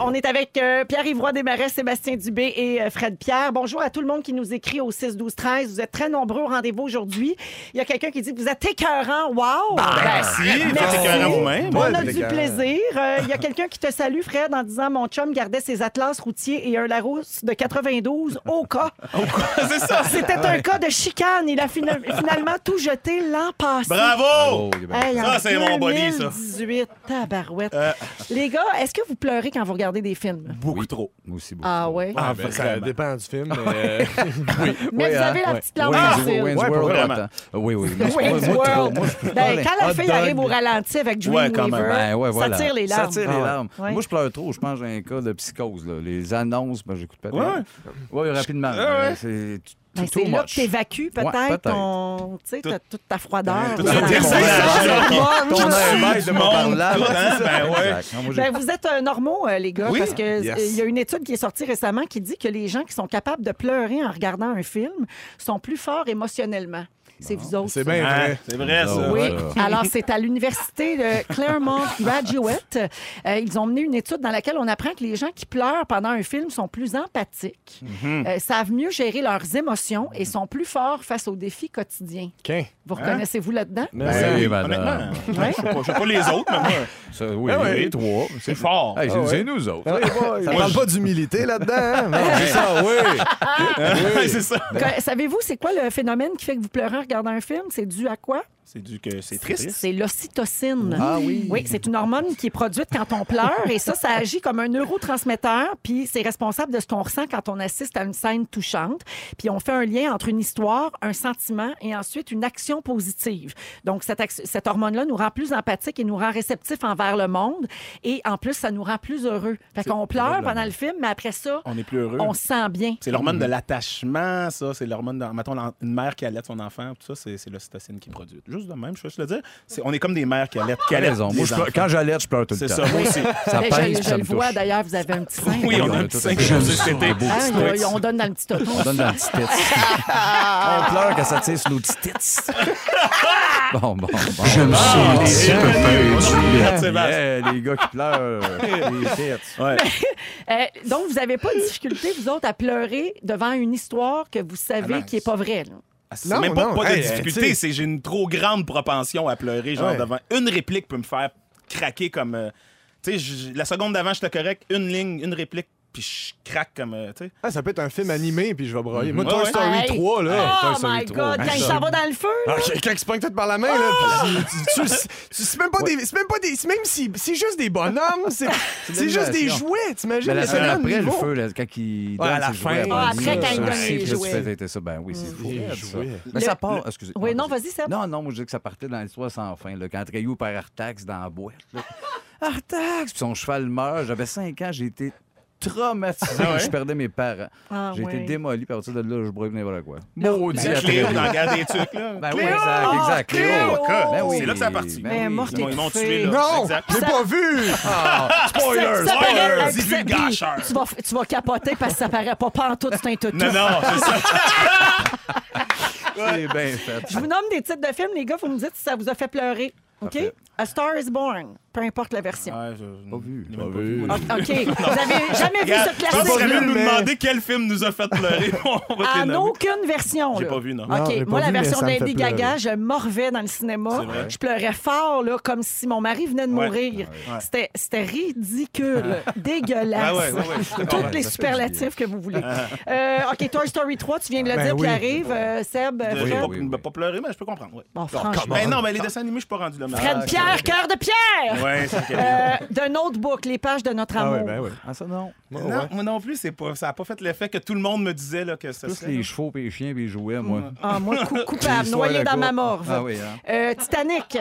On est avec euh, Pierre-Yvroy Desmarais, Sébastien Dubé et euh, Fred Pierre. Bonjour à tout le monde qui nous écrit au 6 12 13. Vous êtes très nombreux au rendez-vous aujourd'hui. Il y a quelqu'un qui dit que vous êtes écœurant. Wow! Ben, Ben, Merci, vous êtes Merci. écœurants vous-même. On Ouais, a c'est du écœurant. plaisir. Euh, Il y a quelqu'un qui te salue, Fred, en disant Mon chum gardait ses atlas routiers et un Larousse de 92 au cas. c'est ça. C'était un cas de chicane. Il a fina- finalement tout jeté l'an passé. Bravo! Oh, il est bien. Hey, Ça, en c'est mon body, ça. 2018, tabarouette. Les gars, est-ce que vous pleurez quand vous regardez des films? Beaucoup trop. Moi aussi, beaucoup. Ah ouais. Ah, ben, ça vraiment. dépend du film. mais, euh, Mais vous hein, avez la ouais. petite langue Wayne's- facile. Wayne's Ouais, World, vraiment. attends. Oui, oui. Moi, Wayne's moi, moi, trop. World. Moi, je peux Ben, parler. quand la hot fille arrive au dog. ralenti avec Ouais, Dreamweaver, quand même. Ben, ouais, voilà. ça tire Hein? les larmes. Ça Ah tire les larmes. Ouais. Moi, je pleure trop. Je pense que j'ai un cas de psychose. là. Les annonces, ben, j'écoute pas. Ouais. Ah Oui, rapidement. Euh, ouais. C'est t- Ben, too c'est là much. que t'évacues peut-être Ouais, peut-être. ton- tu sais, t'as toute ta froideur. Tout là, ça, dans- c'est dans- ça, dans- dans- c'est Ton dans- air Au-dessus bête du de mon monde, parlable. tout, hein? Ben ouais. Exact. Non, moi, j'ai- Ben, vous êtes euh, normaux, euh, les gars, Oui. parce qu'il Yes. y a une étude qui est sortie récemment qui dit que les gens qui sont capables de pleurer en regardant un film sont plus forts émotionnellement. C'est vous autres. c'est ça. bien Hein, vrai. C'est vrai, ça. Oui, Ouais. alors c'est à l'université de Claremont Graduate. Euh, ils ont mené une étude dans laquelle on apprend que les gens qui pleurent pendant un film sont plus empathiques, euh, savent mieux gérer leurs émotions et sont plus forts face aux défis quotidiens. Quin. Vous reconnaissez-vous là-dedans? Ben oui, Honnêtement, Ben madame. Ouais. je sais pas- je sais pas les autres, mais moi, Ça, oui, Ah ouais. les trois. c'est fort. Hey, c'est ouais. c'est nous Ben autres. Ça parle pas d'humilité là-dedans. hein? Non, c'est ça, oui. c'est ça. Que- Savez-vous c'est quoi le phénomène qui fait que vous pleurez en regardant un film? C'est dû à quoi? C'est du que c'est triste. C'est l'ocytocine. Ah oui. Oui, c'est une hormone qui est produite quand on pleure et ça, ça agit comme un neurotransmetteur, puis c'est responsable de ce qu'on ressent quand on assiste à une scène touchante. Puis on fait un lien entre une histoire, un sentiment et ensuite une action positive. Donc cette, ax- cette hormone-là nous rend plus empathiques et nous rend réceptifs envers le monde et en plus, ça nous rend plus heureux. Fait qu'on pleure pendant le film, mais après ça, hein. On est plus heureux. on se sent bien. C'est l'hormone de l'attachement, ça. C'est l'hormone, de, mettons, l'en- une mère qui allait son enfant, tout ça, c'est, c'est l'ocytocine qui est produite. Juste de même, je veux juste le dire. C'est- on est comme des mères qui allaitent. Qui T'as allaitent raison. les Moi, je pleure- enfants. quand j'allais, je pleure tout C'est le temps. ça, moi aussi. Ça Mais pince, Ben, je ça je me le vois touche. d'ailleurs, vous avez un petit sein. Oui, on a un Oui, petit on a cinq tout à fait. cet été. Hein, il y a- on donne dans le petit auto. On donne dans le petit tits. On pleure quand ça tire sur nos petits tits. Bon, bon, bon. Ah, J'aime ça, les petits Bienvenue. pépins du lait. Regarde, Sébastien. Yeah, les gars qui pleurent, les tits. Ouais. Euh, donc, vous n'avez pas de difficulté, vous autres, à pleurer devant une histoire que vous savez Ah ben, qui n'est pas vraie. là. Ah, C'est Non, même pas, non, pas de hey, tu difficulté, sais. c'est j'ai une trop grande propension à pleurer. Genre, Ouais. devant une réplique peut me faire craquer comme. euh, tu sais, j- la seconde d'avant, j'étais correct. Une ligne, une réplique, puis je craque comme. euh, tu sais. Ah, ça peut être un film animé, puis je vais broyer. Moi, Ouais, Toy ouais. Story Hey. 3, là. Oh Toy Story my 3. God, quand il s'en va dans le feu, là. hein. Ah, quelqu'un qui se pogne tout par la main, là. puis tu- tu- tu- tu- C'est même pas des. C'est même pas des. c'est Même si. C'est juste des bonhommes. C'est c'est juste des l'animation. jouets, t'imagines? Mais la le semaine tellement de après, le niveau. feu, là, quand il donne Ouais, à la ses jouets, fin. Ah, après, il après, dit, quand il ça, donne c'est les plus jouets. fait, c'était ça. Ben oui, c'est fou. Les ça. jouets. Le- Mais ça part... Excusez. Oui, non, vas-y, ça. Seb. Non, non, moi, je dis que ça partait dans l'histoire sans fin. Là, quand Rayou perd Artax dans la boîte. là. Artax! Puis son cheval meurt. J'avais 5 ans, j'ai été traumatisé. Ah ouais? Je perdais mes parents. Ah J'ai été ouais. démoli. Par partir de là, je broye n'importe quoi. Maudit. Ben, Cléo dans Garde des Tucs, là. Ben oui, exact, exact. Cléo! Ben oui. C'est là que ça a parti. Ben Mais oui. morte Ils m'ont- ils m'ont étouffée. tué, là. Non! Exact. Je l'ai pas vu! Ça- Spoiler! ça paraît- Spoiler! Hey, puis ça- puis Divulgateur! tu, vas, tu vas capoter parce que ça paraît pas pantoute, c'est un toutou. Non, non, c'est ça. C'est bien fait. Je vous nomme des titres de films, les gars, vous me dites si ça vous a fait pleurer. OK? Parfait. A Star is Born, peu importe la version. Ouais, je- Pas vu. J'ai Pas même pas vu. vu. OK, vous avez jamais vu Regarde, ce Tu serais classique? mieux de nous Mais- demander quel film nous a fait pleurer. On va te les En nommer. Ah, aucune version. J'ai là. pas vu, non. Ah, OK, j'ai pas moi, la vu, mais version ça me fait d'Andy pleurer. Gaga, je morvais dans le cinéma. C'est vrai. Je pleurais fort, là, comme si mon mari venait de Ouais. mourir. C'était- C'était ridicule, dégueulasse. Ah ouais, ouais, ouais, Ah. je te Tous les comprends. Ça fait du superlatifs que vous voulez. Euh, OK, Toy Story 3, tu viens de le Ben dire, puis oui. arrive, euh, Seb, euh, J'ai Oui, Fred. pas, oui, oui. pas pleuré, mais je peux comprendre. Ouais. Bon, franchement. Ben non, mais les dessins animés, je suis pas rendu là. mais- Fred Pierre, cœur de pierre! Ah, Ouais, c'est ok. Euh, d'un notebook, les pages de notre amour. Ben Ah, ça, non. non, moi non plus, c'est pas, ça n'a pas fait l'effet que tout le monde me disait là, que ça Plus les chevaux, puis les chiens, puis les jouets, moi. Ah, moi, cou- coupable, L'histoire noyé de dans quoi? ma morve. Ah oui, hein. Euh, Titanic.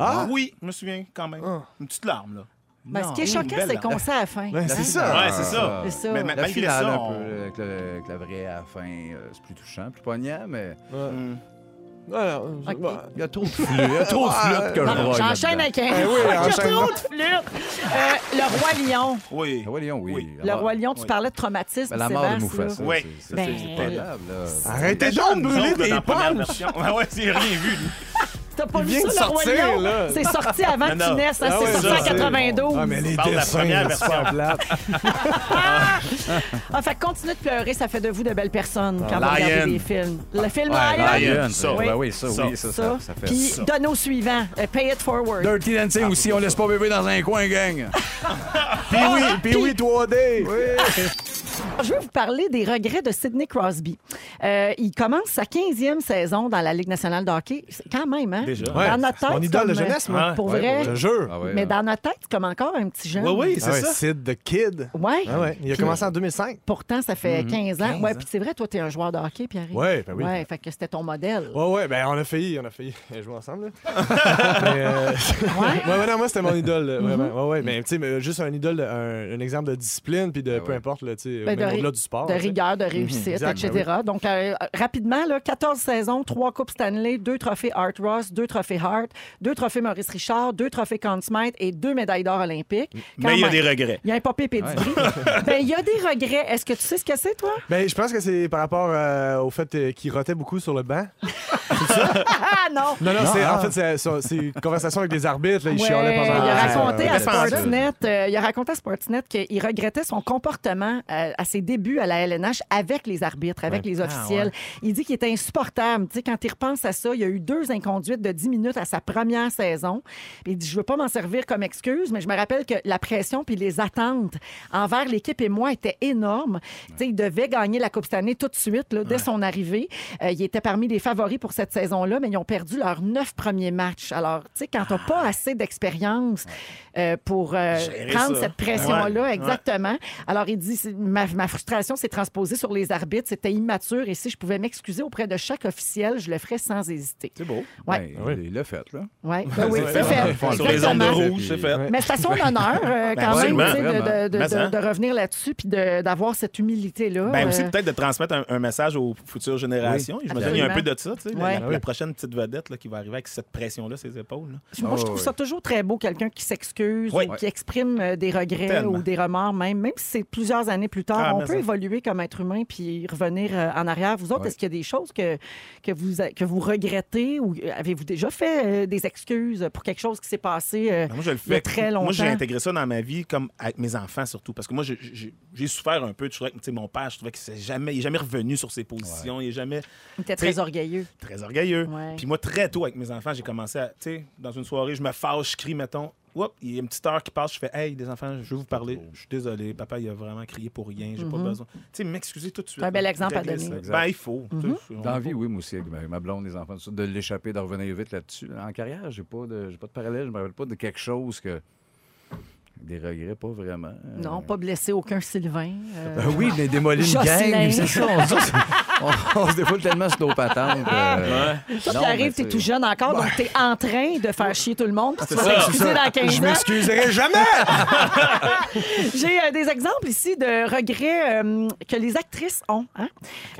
Ah oui, je me souviens quand même. Une petite larme là. Ben, ce qui est Non, choquant, une Ah belle c'est qu'on larme. sait à la fin. Ben, c'est ça. Ouais, c'est ça. C'est ça. Mais ma- euh, La malgré finale, ça, un on- peu, avec, le- avec la vraie à la fin, euh, c'est plus touchant, plus poignant, mais Mm. Voilà. Ok. Bah, il y a trop de Ah, flûte. Il y a trop de flûte que je Bon, broye J'enchaîne avec là-dedans. un. Eh oui, Il y a enchaîne. trop de flûte. Euh, le roi lion. Oui. Le Roi Lion, Ah, oui. Oui. La Le mort- roi lion, tu Ah, Oui. parlais de traumatisme. ben, La mort de sévère, Mufasa. c'est là. Oui, c'est- ça, C'est c'est c'est ben, incroyable, là. Arrêtez donc de brûler Nous autres, là, dans tes la première punchs! version. Ah ouais, j'ai rien vu. lui. T'as pas Il vu vient de ça, le roi sortir, lion? là. C'est sorti avant que Non, tu non. naisses. hein, Ah c'est ouais, sorti en ça, c'est- 92. Ah, mais les parle de la dessins, première c'est version. super plate. Ah, fait que continuez de pleurer, ça fait de vous de belles personnes quand vous regardez Lion. des films. Le film Ouais, Lion. Lion, ça. Ben oui, ça, Ça. oui, ça, Ça. ça, ça fait Puis donne au suivant. Euh, pay it forward. Dirty Dancing aussi, on laisse pas bébé dans un coin, gang. Puis oui, puis oui, 3D! Je veux vous parler des regrets de Sidney Crosby. Euh, il commence sa 15e saison dans la Ligue nationale de hockey. C'est quand même, hein? Déjà. Dans Ouais, notre c'est tête. mon idole de comme, jeunesse, euh, moi. Pour Ouais, vrai. pour Je vrai. te jure! Ah ouais, Mais hein. dans notre tête, comme encore un petit jeune. Oui, oui, c'est Ah ouais, ça. Sid the Kid. Ouais. Ah ouais, il a Puis- commencé en 2005. Pourtant, ça fait 15 ans. 15 ouais, ans. puis c'est vrai, toi, t'es un joueur de hockey, Pierre. Ouais, ben oui. Ouais, fait que c'était ton modèle. Ouais, ouais, ben on a failli, on a failli jouer ensemble. là. mais, euh, Ouais. Mm-hmm. ouais, ouais, non, moi c'était mon idole, là, vraiment. Ouais, ouais, mais tu sais, mais juste un idole, de- un, un exemple de discipline, puis de peu ouais. importe, là, tu sais, Ben, de même ri- au-delà du sport. de tu sais. rigueur, de réussite, Mhm, exact, etc. ben Donc, euh, rapidement, là, 14 saisons, 3 Coupes Stanley, 2 trophées Art Ross, 2 trophées Hart, 2 trophées Maurice Richard, 2 trophées Conn Smythe et 2 médailles d'or olympiques. Quand Mais il y a même. des regrets. Il y a un papier pedigree. ben, il y a des regrets. Est-ce que tu sais ce que c'est, toi? Ben, je pense que c'est par rapport euh, au fait euh, qu'il rotait beaucoup sur le banc. Ah non! Non, non, Non, c'est, ah. en fait, c'est, c'est- c'est une conversation avec des arbitres, là, il Ouais, chialait pendant il a euh, raconté euh, à il défendait. Sportsnet, euh, il a raconté à Sportsnet qu'il regrettait son comportement euh, à ses débuts à la LNH avec les arbitres, avec les officiels. Il dit qu'il était insupportable. Tu sais, quand il repense à ça, il y a eu deux inconduites de 10 minutes à sa première saison. Il dit, je veux pas m'en servir comme excuse, mais je me rappelle que la pression puis les attentes envers l'équipe et moi étaient énormes. Tu sais, il devait gagner la Coupe Stanley tout de suite, là, dès son arrivée. Euh, il était parmi les favoris pour cette saison-là, mais ils ont perdu leurs neuf premiers matchs. Alors, tu sais, quand t'as pas assez d'expérience euh, pour euh, Gérer prendre ça. Ben cette pression-là, Ouais. exactement. Alors, il dit, c'est- ma, ma frustration s'est transposée sur les arbitres, c'était immature, et si je pouvais m'excuser auprès de chaque officiel, je le ferais sans hésiter. C'est beau. Ouais. Ben, il l'a fait, là. Ouais. Ben oui, c'est fait. Sur les ondes de Exactement. rouge, c'est fait. Mais c'est à son honneur, euh, Ben, quand même, absolument. tu sais, de, de- de- Vraiment. Mais, hein. de revenir là-dessus puis de- d'avoir cette humilité-là. Ben aussi euh, peut-être de transmettre un, un message aux futures générations. Je me Absolument. il y a un peu de ça, tu sais, la- Ouais. la, la prochaine petite vedette là, qui va arriver avec cette pression-là, ses épaules. là. Moi, je Ah, trouve ouais. ça toujours très beau, quelqu'un qui s'excuse Oui. ou qui exprime euh, des regrets Tellement. ou des remords même. Même si c'est plusieurs années plus tard, Ah, on mais peut ça. évoluer comme être humain puis revenir euh, en arrière. Vous autres, Ouais. est-ce qu'il y a des choses que, que, vous, a- que vous regrettez ou avez-vous déjà fait euh, des excuses pour quelque chose qui s'est passé euh, Ben, moi, je le il y a fais. très longtemps? Moi, j'ai intégré ça dans ma vie, comme avec mes enfants surtout. Parce que moi, j'ai- j'ai j'ai souffert un peu. Tu sais, mon père, je trouvais qu'il n'est jamais, il est jamais revenu sur ses positions. Il est jamais Il était très T'sais, orgueilleux. très orgueilleux. Ouais. Puis moi, très tôt avec mes enfants, j'ai commencé à. Tu sais, dans une soirée, je me fâche, je crie, mettons. Oups, il y a une petite heure qui passe, je fais Hey, des enfants, je veux vous parler. Je suis désolé, papa, il a vraiment crié pour rien, j'ai pas besoin. Tu sais, m'excuser tout de suite. Mm-hmm. un bel là, exemple à régler donner. Mm-hmm. ça. Exact. Ben, il faut. tu sais, on- Dans la vie, oui, moi aussi, avec ma ma blonde, les enfants, tout ça, de l'échapper, de revenir vite là-dessus. En carrière, j'ai pas de, j'ai pas de parallèle, je me rappelle pas de quelque chose que Des regrets, pas vraiment. Euh, Non, pas blessé aucun Sylvain. euh, ben oui, mais démolir une Jocelyn. gang, c'est ça. On, se- Euh, on- on se défoule tellement sur nos patentes. euh, Toi, non, mais t'arrives, t'es c'est- tout jeune encore, donc t'es en train de faire chier tout le monde. puis Tu vas t'excuser dans 15 Je ans. m'excuserai jamais! J'ai euh, des exemples ici de regrets euh, que les actrices ont. hein.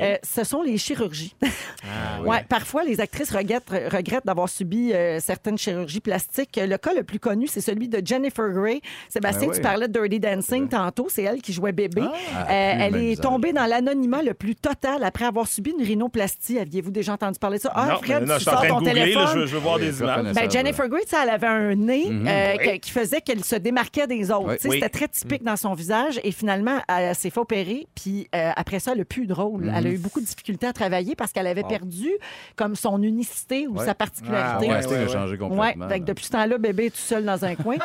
Euh, ce sont les chirurgies. Ah oui. Ouais, parfois, les actrices regrettent, regrettent d'avoir subi euh, certaines chirurgies plastiques. Le cas le plus connu, c'est celui de Jennifer Grey. Sébastien, Ben oui. tu parlais de Dirty Dancing tantôt. C'est elle qui jouait bébé. Ah, Euh, elle a elle plus le même est visage. tombée dans l'anonymat le plus total après avoir subi une rhinoplastie. Aviez-vous déjà entendu parler de ça? Ah, non, Fred, mais tu non, je suis en sors train de ton googler, là, téléphone. je, veux, je veux voir Oui, des je images. reconnais ça. Ben, Jennifer Grey, tu sais, elle avait un nez euh, que- qui faisait qu'elle se démarquait des autres. Mhm. Oui. Mhm. Tu sais, Oui. C'était très typique dans son visage. Et finalement, elle s'est fait opérer. Puis euh, après ça, elle a plus de rôle. Elle a Mhm. eu beaucoup de difficultés à travailler parce qu'elle avait perdu comme son unicité ou Ouais. sa Ah, particularité. ouais, ouais, c'était ouais. de changer Ouais, complètement. fait que depuis ce temps-là, bébé est tout seul dans un coin.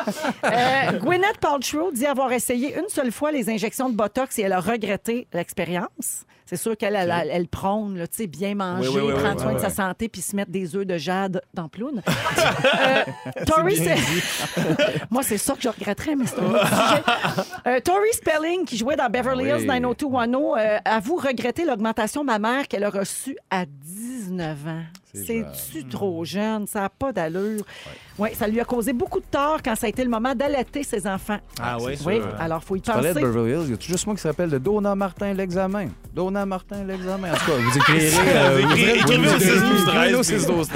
Euh, Gwyneth Paltrow dit avoir essayé une seule fois les injections de Botox et elle a regretté l'expérience. C'est sûr qu'elle elle, elle- elle prône, là, tu sais, bien manger, Oui, oui, oui, prendre oui, soin oui, de sa oui. santé puis se mettre des œufs de jade dans ploune. Euh, Tori, Spe- Moi, c'est ça que je regretterais, mais c'est un autre sujet. Euh, Tori Spelling, qui jouait dans Beverly Hills Oui. 90210, euh, avoue regretter l'augmentation mammaire qu'elle a reçue à 19 ans. C'est C'est-tu trop jeune? Ça n'a pas d'allure. Ouais. ça lui a causé beaucoup de tort quand ça a été le moment d'allaiter ses enfants. Ah oui? Oui, alors faut y Tu parlais penser. de Beverly Hills, il y a tout juste moi qui s'appelle le Dona Martin l'examen. Dona Martin l'examen. En tout cas, vous écrirez. euh, vous Écri- écrirez- écrivez au vous écrirez- 6-12-13, écrivez au puis- 6-12-13.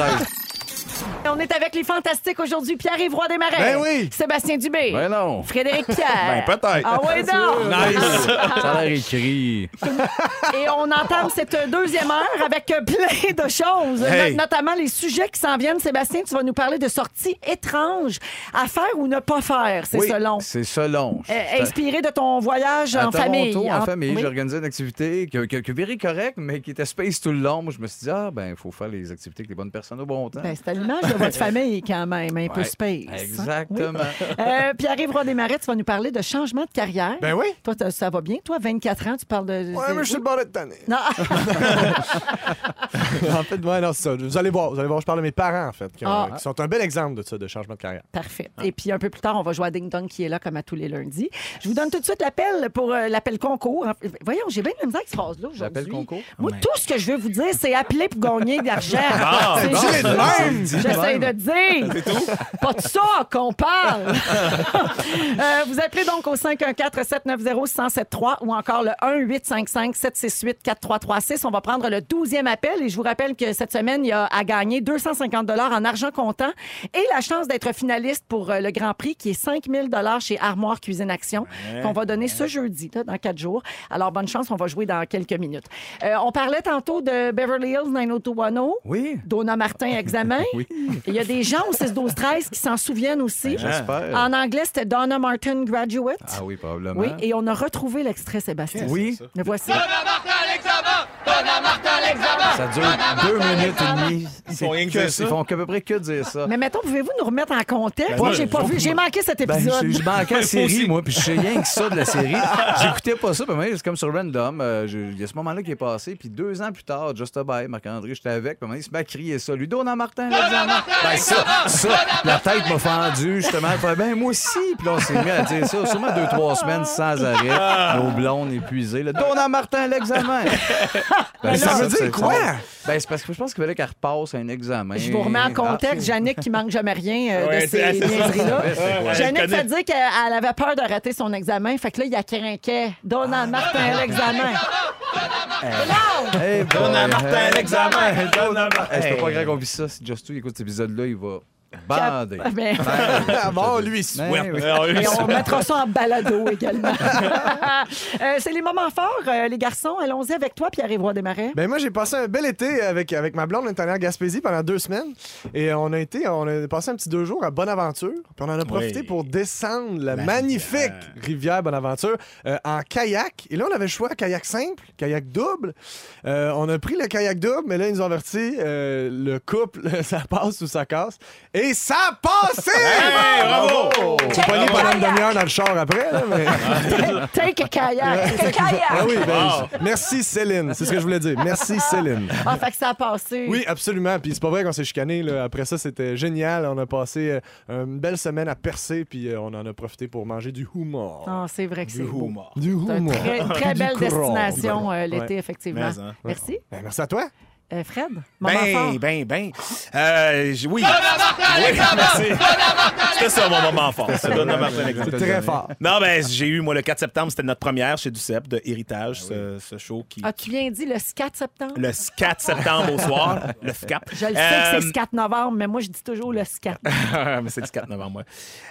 On est avec les fantastiques aujourd'hui. Pierre-Yves Roy Desmarais. Ben oui. Sébastien Dubé. Ben non. Frédéric Pierre. Ben, peut-être. Ah ouais, non. Ça a l'air écrit. Et on entame cette deuxième heure avec plein de choses, Hey. no- notamment les sujets qui s'en viennent. Sébastien, tu vas nous parler de sorties étranges à faire ou ne pas faire, c'est Oui, selon. C'est selon. Euh, inspiré de ton voyage à en Toronto, famille. en famille, oui. j'ai organisé une activité que, que, que very correcte, mais qui était space tout le long. Moi, je me suis dit, ah, ben, il faut faire les activités avec les bonnes personnes au bon temps. Ben, c'est à l'image de votre famille quand même, un peu Ouais, space. hein? Exactement. Oui. Euh, Pierre-Yves Roy-Desmarais, tu vas nous parler de changement de carrière. Ben oui. Toi, t'as- ça va bien. Toi, 24 ans, tu parles de... Ouais, de- mais je suis le bord de tanner. Non, en fait, ouais, non, c'est ça. Vous allez voir, vous allez voir, je parle de mes parents, en fait, qui, ont- Ah. qui sont un bel exemple de ça, de changement de carrière. Parfait. Et puis un peu plus tard, on va jouer à Ding Dong qui est là comme à tous les lundis. Je vous donne tout de suite l'appel pour euh, l'appel concours. En- Voyons, j'ai bien de la misère avec cette phrase-là aujourd'hui. L'appel concours? Moi, tout ce que je veux vous dire, c'est appeler pour gagner de l'argent. Ah, C'est bon, juste c'est ça. même. J'essaie de dire. Pas de ça qu'on parle. Euh, vous appelez donc au 514-790-1073 ou encore le 1-855-768-4336. On va prendre le 12e appel et je vous rappelle que cette semaine, il y a à gagner 250 en argent comptant et la chance d'être finaliste pour euh, le Grand Prix qui est 5000 chez Armoire Cuisine Action qu'on va donner ce jeudi, là, dans quatre jours. Alors, bonne chance, on va jouer dans quelques minutes. Euh, on parlait tantôt de Beverly Hills 90210. Oui. Donna Martin examen. Oui. Il y a des gens au 6 12 13 qui s'en souviennent aussi. Ah. J'espère. En anglais, c'était Donna Martin graduate. Ben, hein. Ah oui, probablement. oui, et on a retrouvé l'extrait Sébastien. Oui. Le voici. Ça dure deux minutes et demie. C'est font rien que que- dire ça. Ils font à peu près que dire ça. Mais mettons, pouvez-vous nous remettre en contexte? Ben, Moi, j'ai pas faut- vu, j'ai manqué cet Ben, épisode. je, je manquais la série, aussi. moi, puis je sais rien que ça de la série. J'écoutais pas ça, puis moi, c'est comme sur Random. euh, je- Il y a ce moment-là qui est passé, puis deux ans plus tard, Just a Bye, Marc-André, j'étais avec, puis à un moment donné, il se m'a crié ça. Lui, Donna Martin, l'examen. Ben, ça, ça, la tête m'a fendu, justement. Fait, ben, moi aussi, puis là, on s'est mis à dire ça, sûrement deux, trois semaines sans arrêt, nos blondes épuisées. là, Donna Martin, l'examen. Ben, ça veut dire c'est- quoi? Ben, c'est parce que je pense qu'il fallait qu'elle repasse un examen. Je vous Ah, remets en contexte, Jannick qui manque jamais rien euh, de ces niaiseries-là. Ouais, Jannick je connais. fait dire qu'elle avait peur de rater son examen, fait que là, il a craqué. Donna Martin, l'examen. Ah. Eh, ben, Donna Martin, eh, l'examen. Donna Hey, je peux pas Martin. croire qu'on vit ça. Si Justin écoute cet épisode-là, il va bander. Mais- Ah, bon, lui, il se Ben Ouais, oui. alors, eux, Et on ça- mettra ça en balado également. Euh, c'est les moments forts, euh, les garçons. Allons-y avec toi, Pierre-Évoix Desmarais. Ben moi j'ai passé un bel été avec, avec ma blonde, on est allé en Gaspésie pendant deux semaines et on a été, on a passé un petit deux jours à Bonaventure, puis on en a profité Oui. pour descendre la magnifique rivière, Bonaventure euh, en kayak. Et là on avait le choix kayak simple, kayak double. Euh, on a pris le kayak double, mais là ils nous ont averti euh, le couple, ça passe ou ça casse. Et Et ça a passé! Hey, bravo! J'ai pas Bravo. pendant une demi-heure dans le char après. là, mais- Take a kayak. C'est Ah kayak. oui, ben, Wow. je- merci Céline. C'est ce que je voulais dire. Merci Céline. Ah, fait que ça a passé. Oui, absolument. Puis c'est pas vrai qu'on s'est chicané. là. Après ça, c'était génial. On a passé euh, une belle semaine à percer, puis euh, on en a profité pour manger du humour. Ah, c'est vrai que c'est Du beau. humour. Du C'est une humour. très, très Du belle crawl. destination euh, Ouais. l'été, effectivement. Mais, hein. Merci. Ben, merci à toi. Euh, Fred, moment fort. Ben, ben, ben. Euh, j- oui. Oui, merci. C'était ça mon moment fort. C'est Donna Martin C'est Alexandre. très fort. Non, ben, j'ai eu, moi, le 4 septembre, c'était notre première chez Duceppe de Héritage, ce, ce show qui. As-tu bien dit le 4 septembre? Le Euh, 4 septembre au soir, le FCAP. Je le sais que c'est le 4 novembre, mais moi, je dis toujours le 4. Euh, mais c'est le 4 novembre, ouais.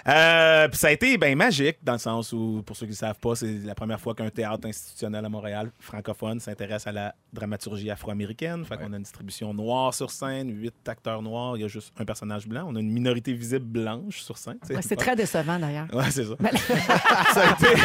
Euh, puis ça a été ben, magique, dans le sens où, pour ceux qui ne savent pas, c'est la première fois qu'un théâtre institutionnel à Montréal, francophone, s'intéresse à la dramaturgie afro-américaine. Fait qu'on a une distribution noire sur scène, huit acteurs noirs, il y a juste un personnage blanc. On a une minorité visible blanche sur scène. tu sais. Ouais, c'est très décevant, d'ailleurs. Ouais, c'est ça. Ça a été-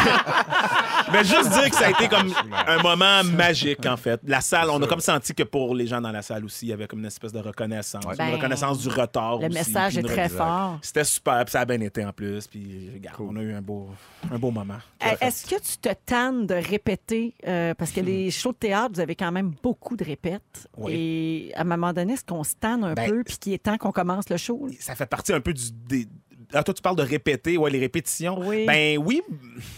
Mais juste dire que ça a été comme un moment magique, en fait. La salle, on a comme senti que pour les gens dans la salle aussi, il y avait comme une espèce de reconnaissance. Ben, une reconnaissance du retard Le aussi, message puis est une très fort. c'était super, puis ça a bien été en plus. Puis regarde, on a eu un beau, un beau moment. Euh, Est-ce que tu te tannes de répéter? euh, parce que les shows de théâtre, vous avez quand même beaucoup de répètes. Hmm. Oui. Et à un moment donné, est-ce qu'on se tanne un Ben, peu puis qu'il est temps qu'on commence le show? là? Ça fait partie un peu du. Des... Ah, toi, tu parles de répéter, ouais, les répétitions. Oui. Ben oui,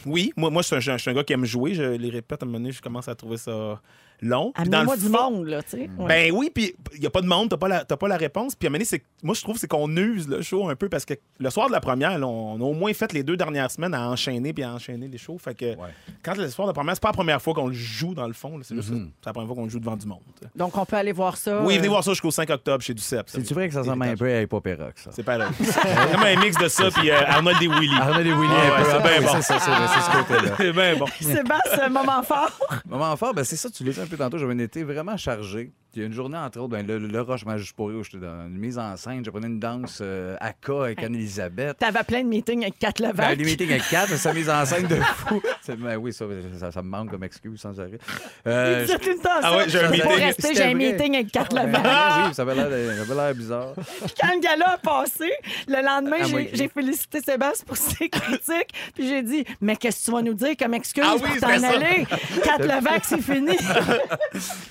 oui. Moi, moi je, suis un, je suis un gars qui aime jouer. Je les répète, à un moment donné, je commence à trouver ça long. Puis dans le Amenez-moi du fond- monde, là, tu sais. Ouais. Ben oui, puis il n'y a pas de monde, t'as pas, la- t'as pas la réponse. Puis à un moment donné, c'est- moi, je trouve c'est qu'on use le show un peu parce que le soir de la première, là, on, on a au moins fait les deux dernières semaines à enchaîner puis à enchaîner les shows. Fait que quand le soir de la première, c'est pas la première fois qu'on le joue dans le fond. là, C'est juste que c'est la première fois qu'on le joue devant du monde. t'sais. Donc, on peut aller voir ça. Oui, euh, venez voir ça jusqu'au 5 octobre chez Duceppe. C'est-tu vrai que ça ressemble un peu à Hip Hop et Rock, ça? C'est pas là. C'est comme un mix de ça puis euh, Arnold et Willy. Arnold et Willy, Ouais, un ouais, peu. c'est Ah, bien oui, bon. ça, ça, c'est c'est ce côté-là. C'est bien Ben, bon. C'est bon, ce moment fort. Moment fort, ben, c'est ça, tu l'as dit un peu tantôt, j'avais un été vraiment chargé. Il y a une journée, entre autres, ben, le, le Roche m'a juste pour où j'étais dans une mise en scène, je prenais une danse euh, à K avec Anne-Elisabeth. T'avais plein de meetings avec Kat Ben, Levac. le meeting avec 4, sa mise en scène de fou. C'est- ben oui, ça, ça, ça me manque comme excuse sans arrêt. Euh, Il dit tout le temps ça. Ah ouais, j'ai un Pour meeting. rester, j'ai C'était un vrai. meeting avec Kat Ben, Levac. oui, ça avait l'air de- ça avait l'air bizarre. quand le gala a passé, le lendemain, Ah, j'ai- moi, oui. j'ai félicité Sébastien pour ses critiques. Puis j'ai dit Mais qu'est-ce que tu vas nous dire comme excuse Ah oui, pour t'en c'était ça. aller Kat Levac, c'est fini.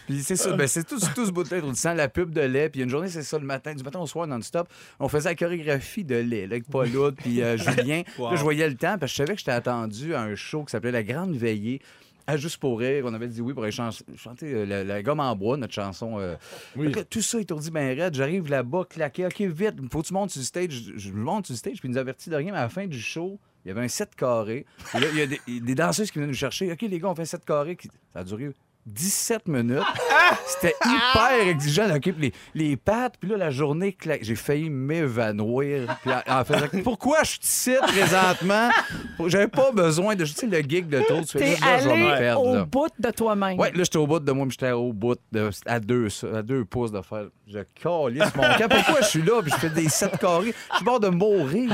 Puis c'est ça, ben, c'est tout, tout ce bout de tête. On sent la pub de lait. Puis une journée, c'est ça, le matin, du matin au soir, non-stop. On faisait la chorégraphie de lait, là, avec Paul Hood, puis euh, Julien. Wow. Là, je voyais le temps, parce que je savais que j'étais attendu à un show qui s'appelait La Grande Veillée. À Juste pour rire, on avait dit oui pour aller chan- chanter euh, la, la gomme en bois, notre chanson. euh. Fait que là, tout ça étourdi ben raide. J'arrive là-bas, claqué. OK, vite, faut que tu montes sur le stage. Je, je monte sur le stage, puis il nous avertit de rien, mais à la fin du show, il y avait un set carré. Et là, il y a des, des danseuses qui venaient nous chercher. OK, les gars, on fait un set carré. qui- Ça a duré 17 minutes. Ah! C'était hyper exigeant. là, OK, puis les, les pattes, puis là, la journée claque. J'ai failli m'évanouir. Puis en- en faisant, pourquoi je suis ici présentement? J'avais pas besoin de. Tu sais, le gig de tour, tu fais T'es juste là, je vais me allé perdre, au là. bout de toi-même. Ouais, là, j'étais au bout de moi, puis j'étais au bout de, à, deux, à deux pouces de faire. Je calisse mon camp. Pourquoi je suis là, puis je fais des 7 carrés? Je suis mort de mourir.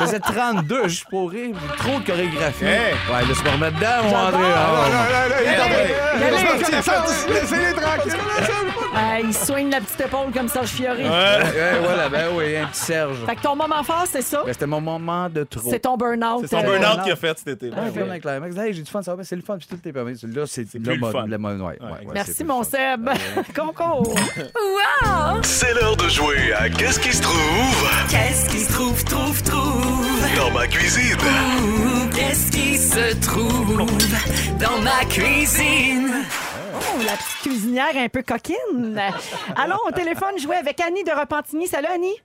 Je faisais 32 juste pour rire, puis trop de chorégraphie. Hey! Ouais, laisse me remettre dedans, mon André. Ah, ouais. Laissez-les tranquilles. Euh, il soigne la petite épaule comme Serge Fiori. Ouais, voilà, ben oui, un petit Serge. Fait que ton moment fort, c'est ça. Ben, c'était mon moment de trop. C'est ton burn-out. C'est son euh, burn-out qu'il a fait cet été. Ouais, ouais, avec la Max. Hey, j'ai du fun, ça va, ben, c'est le fun, puis tout est permis. Là, c'est plus le mode- fun. mode- ouais, ouais, Ouais, ouais, c'est Merci, plus mon le fun. Seb. Concours. Wow! C'est l'heure de jouer à Qu'est-ce qui se trouve Qu'est-ce qui se trouve, trouve, trouve? dans ma cuisine? Ouh, Qu'est-ce qui se trouve dans ma cuisine? Oh, la petite cuisinière un peu coquine. Allons au téléphone jouer avec Annie de Repentigny. Salut, Annie.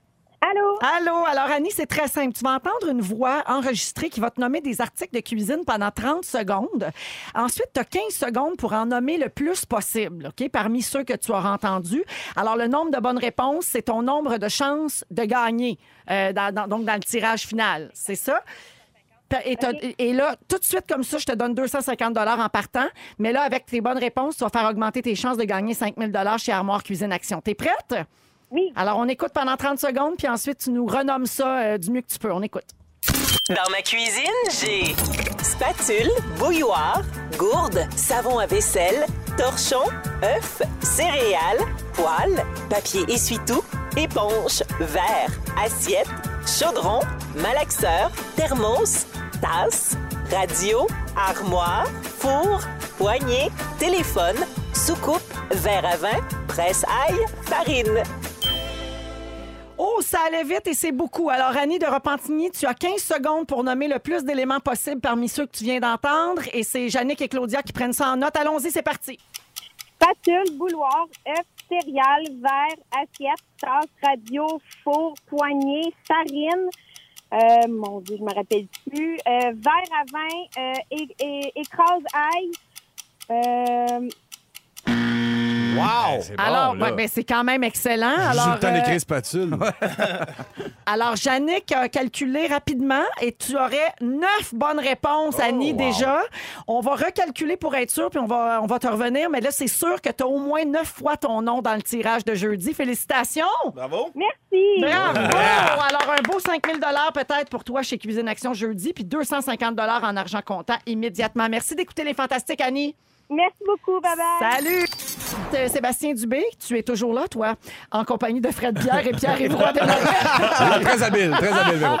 Allô? Allô, alors Annie, c'est très simple. Tu vas entendre une voix enregistrée qui va te nommer des articles de cuisine pendant 30 secondes. Ensuite, tu as 15 secondes pour en nommer le plus possible, OK, parmi ceux que tu auras entendus. Alors, le nombre de bonnes réponses, c'est ton nombre de chances de gagner, euh, dans- dans- donc dans le tirage final. C'est ça? Et, t'as- et là, tout de suite comme ça, je te donne 250 en partant. Mais là, avec tes bonnes réponses, tu vas faire augmenter tes chances de gagner 5000 chez Armoire Cuisine Action. T'es prête? Oui. Alors, on écoute pendant 30 secondes, puis ensuite, tu nous renommes ça euh, du mieux que tu peux. On écoute. Dans ma cuisine, j'ai spatule, bouilloire, gourde, savon à vaisselle, torchon, œuf, céréales, poêle, papier essuie-tout, éponge, verre, assiette, chaudron, malaxeur, thermos, tasse, radio, armoire, four, poignée, téléphone, soucoupe, verre à vin, presse-ail, farine. Oh, ça allait vite et c'est beaucoup. Alors, Annie de Repentigny, tu as 15 secondes pour nommer le plus d'éléments possibles parmi ceux que tu viens d'entendre. Et c'est Yannick et Claudia qui prennent ça en note. Allons-y, c'est parti. Spatule, bouloir, œuf, céréales, verre, assiette, tasse, radio, four, poignée, farine. Euh, mon Dieu, je me rappelle plus. Euh, verre à vin, euh, é- é- écrase ail. Euh, Ah, Wow! C'est bon, Alors, là. ouais, ben, c'est quand même excellent. J'ai eu Alors, le temps d'écrire euh, spatule. alors, Yannick a calculé rapidement et tu aurais neuf bonnes réponses, Annie, déjà. On va recalculer pour être sûr, puis on va, on va te revenir. Mais là, c'est sûr que tu as au moins neuf fois ton nom dans le tirage de jeudi. Félicitations! Bravo. merci. Bravo! Alors, un beau 5 000 peut-être pour toi chez Cuisine Action jeudi, puis 250 en argent comptant immédiatement. Merci d'écouter les fantastiques, Annie. Merci beaucoup. Bye bye. Salut! Euh, Sébastien Dubé, tu es toujours là, toi, en compagnie de Fred Pierre et Pierre Évroy Desmarais. très habile, très habile, Véro.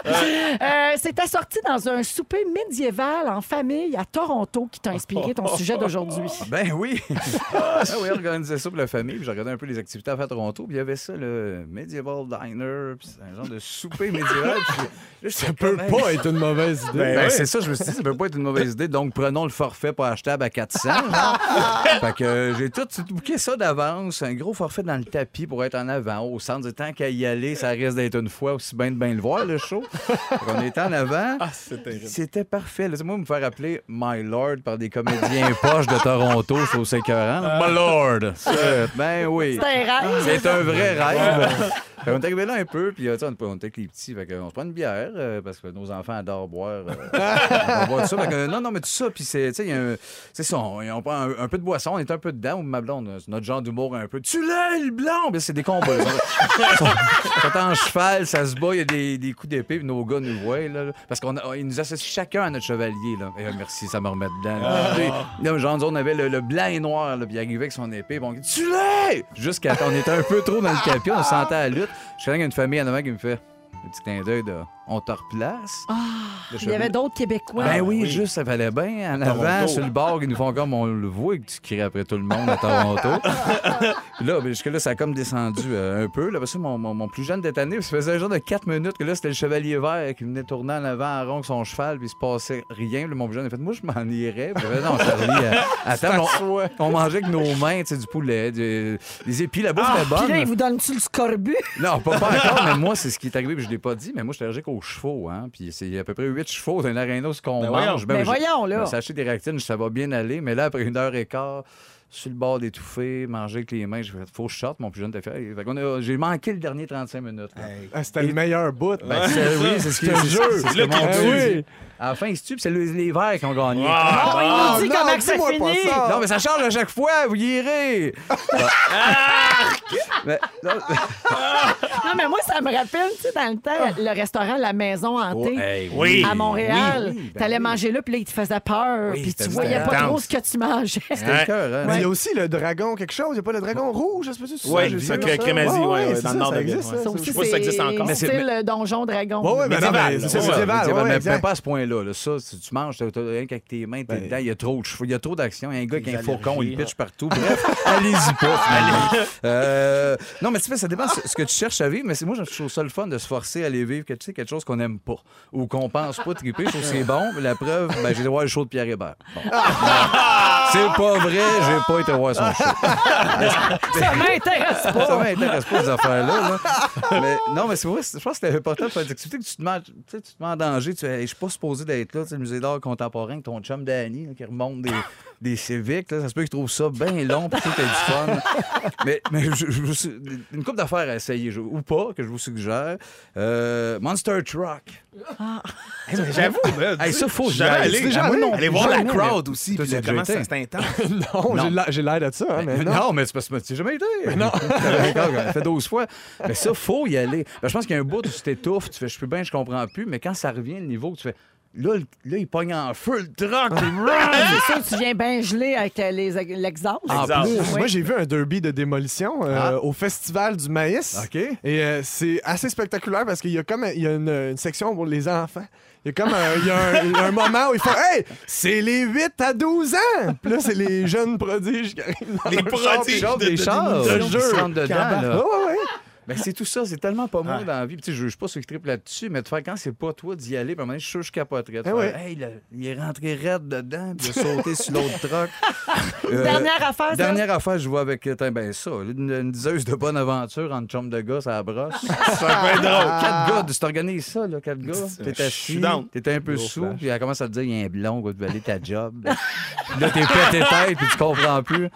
Euh, C'est assorti dans un souper médiéval en famille à Toronto qui t'a inspiré ton sujet d'aujourd'hui. Ben oui! ah oui, organisé ça pour la famille. Puis j'ai regardé un peu les activités à faire à Toronto. Puis il y avait ça, le Medieval Diner. Puis c'est un genre de souper médiéval. Puis là, j'étais Ça peut comme, pas être une mauvaise idée. Ben, ouais. c'est ça, je me suis dit, ça peut pas être une mauvaise idée. Donc, prenons le forfait pas achetable à 400. genre. fait que euh, j'ai tout bouqué ça d'avance. Un gros forfait dans le tapis pour être en avant, au centre. Tant qu'à y aller, ça risque d'être une fois aussi bien de bien le voir, le show. On était en avant. Ah, c'est terrible. C'était parfait. Laissez-moi me faire appeler My Lord par des comédiens poches de Toronto. Je trouve ça écœurant. My Lord! C'est- Ben oui. C'est un rêve. C'est un vrai rêve. Fait qu'on est arrivé là un peu, puis euh, tu sais, on on était avec les petits, fait qu'on se prend une bière, euh, parce que nos enfants adorent boire. euh, on va boire tout ça. Fait que, euh, non, non, mais tout ça, puis c'est, tu sais, il y a un- c'est ça, on, on prend un, un peu de boisson, on est un peu dedans, ou ma blonde, euh, c'est notre genre d'humour un peu. Tu l'as, le blanc! Ben, c'est des combats. là. Ils sont- ils sont en cheval, ça se bat, il y a des, des coups d'épée, puis nos gars nous voient, là, là. parce qu'on a- ils nous associent chacun à notre chevalier, là. Et, euh, merci, ça me remet dedans. là. Puis, là, genre, nous, on avait le, le blanc et noir, là, puis il arrivait avec son épée, puis on dit, tu l'as! Jusqu'à on était un peu trop dans le tapis, on se sentait à la lutte. Je suis avec une famille en avant qui me fait un petit clin d'œil de on te replace. Il Le y avait chevalier- d'autres Québécois. ben oui, juste, ça valait bien. En Toronto. avant, sur le bord, ils nous font comme on le voit et que tu cries après tout le monde à Toronto. Puis là, ben, jusque-là, ça a comme descendu euh, un peu. Là, parce que mon, mon- mon plus jeune détané, ça faisait un genre de 4 minutes que là, c'était le chevalier vert qui venait tourner en avant en rond avec son cheval, puis il se passait rien. Puis Là, mon plus jeune a fait Moi, je m'en irais. Puis, ben, non, Charlie, euh, attends, on, on mangeait avec nos mains, tu sais, du poulet, du- des épis. La bouffe était Ah, bonne. Ah, Ben Puis là, il vous donne-tu le scorbut? Non, pas, pas encore, mais moi, c'est ce qui est arrivé, puis je l'ai pas dit, mais moi, je suis allergique aux chevaux, hein. Puis c'est à peu près huit chevaux dans l'aréna, ce qu'on Ben voyons. mange. Ben j'ai- voyons, là. ben, sachez des réactines, ça va bien aller, mais là, après une heure et quart, sur le bord d'étouffer, manger avec les mains, j'ai fait, faut que je sorte, mon plus jeune t'a fait. Hey, fait qu'on a- j'ai manqué le dernier 35 minutes. là. Ah, C'était le meilleur bout. Ben, c'est- oui, c'est ce qui est le jeu. C'est ce là que mon qu'il père tue. dit. À la fin, il se tue, puis c'est le- les verts qui ont gagné. Ah, Oh, il nous dit non, comment que ça dis-moi pas finit. ça. Non, mais ça change à chaque fois, vous irez! Mais- non, Non, mais moi, ça me rappelle, tu sais, dans le temps, le restaurant La Maison Hantée. hey, Oui. À Montréal, Oui, oui, ben t'allais oui. manger là, puis là, il te faisait peur, Oui, puis tu c'était voyais pas intense. trop ce que tu mangeais. C'était le cœur, hein? Mais il y a aussi le dragon quelque chose. Il n'y a pas le dragon rouge, je sais pas si tu Ouais, sais, le j'ai sac vu ça. crémazie, ouais, ouais, c'est dans ça, le nord ça de existe, Ville, ça, Ça ça. aussi, sais pas si ça existe encore. c'est Mais c'est- style euh, donjon dragon. Ouais, ben ouais, mais non, Médiéval, mais c'est ouais, ça, ouais, médiéval. Médiéval, ouais, mais, mais exact. Ben, pas à ce point-là. là. Ça, si tu manges, t'as, t'as rien qu'avec tes mains, t'es dedans, il y a trop de chevaux, il y a trop d'action, il y a un gars qui a un allergies, fourcon, il hein. pitch partout. Bref, allez-y pas, finalement. Euh, non, mais tu sais, ça dépend ce, ce que tu cherches à vivre, mais c'est, moi, je trouve ça le fun de se forcer à aller vivre que, tu sais, quelque chose qu'on n'aime pas ou qu'on pense pas triper. Je trouve que c'est bon. La preuve, ben, j'ai été voir le show de Pierre Hébert. Bon. c'est pas vrai, j'ai pas été voir son show. Ça m'intéresse pas. Ça m'intéresse pas, ces affaires-là. là. Mais, non, mais c'est vrai, c'est- je pense que c'était important de faire des activités que tu te mets, tu sais, tu te mets en danger. Tu, fais, Hey, je suis pas supposé d'être là. Tu sais, le musée d'art contemporain, avec ton chum Danny, là, qui remonte des, des civiques. là, ça se peut qu'il trouve ça bien long pour que tu aies du fun. Mais, mais je- je vous su- une coupe d'affaires à essayer, je- ou pas, que je vous suggère. Euh, Monster Truck. J'avoue, là, Hey, ça, faut que jamais j'aille. aller. C'est déjà allé? Allez voir la Jamais, mais- crowd aussi. Toi, puis tu as déjà Comment été. ça, c'est intense. Non, j'ai l'air- j'ai l'air de ça, hein, mais Mais non. Ben, non, mais c'est parce que tu n'as jamais été. non. Ça fait 12 fois. Mais ça, faut y aller. Ben, je pense qu'il y a un bout où tu t'étouffes, tu fais je peux bien, je comprends plus, mais quand ça revient le niveau, tu fais Là, le- là, il pogne en feu le truck. C'est sûr, tu viens bien gelé avec euh, les- l'exhaust. En Exact. plus, Oui. Ah, moi j'ai vu un derby de démolition euh, Ah. au festival du maïs. OK. Et euh, c'est assez spectaculaire parce qu'il y a comme il y a une, une section pour les enfants. Il y a comme un, il y a un, un moment où ils font Hey, c'est les 8 à 12 ans! Puis là, c'est les jeunes prodiges qui arrivent. dans Les leur char, puis ils prodiges chantent de- des de- chars. de- Je qui jure. rentrent dedans, Qui embarquent. là. Ah, Ouais, ouais, ouais. Ben, c'est tout ça, c'est tellement pas moi Ouais. dans la vie. Puis, tu sais, je juge pas ceux qui trippent là-dessus, mais de faire quand c'est pas toi d'y aller, puis à un moment donné, je suis sûr que je capoterais. De Eh faire, ouais. Hey, le- il est rentré raide dedans, puis il a sauté sur l'autre truck. Euh, Dernière affaire, Ah, ça? Dernière affaire, je vois avec euh, ben ça, une, une diseuse de bonne aventure entre chum de gars à la brosse. C'est bien drôle. Quatre gars, tu t'organises ça, là, quatre gars. T'es Je suis assis, down. t'es un peu Gros sous, flash. puis elle commence à te dire, il y a un blond, va te voler ta job. Puis là, t'es pété tête, puis tu comprends plus.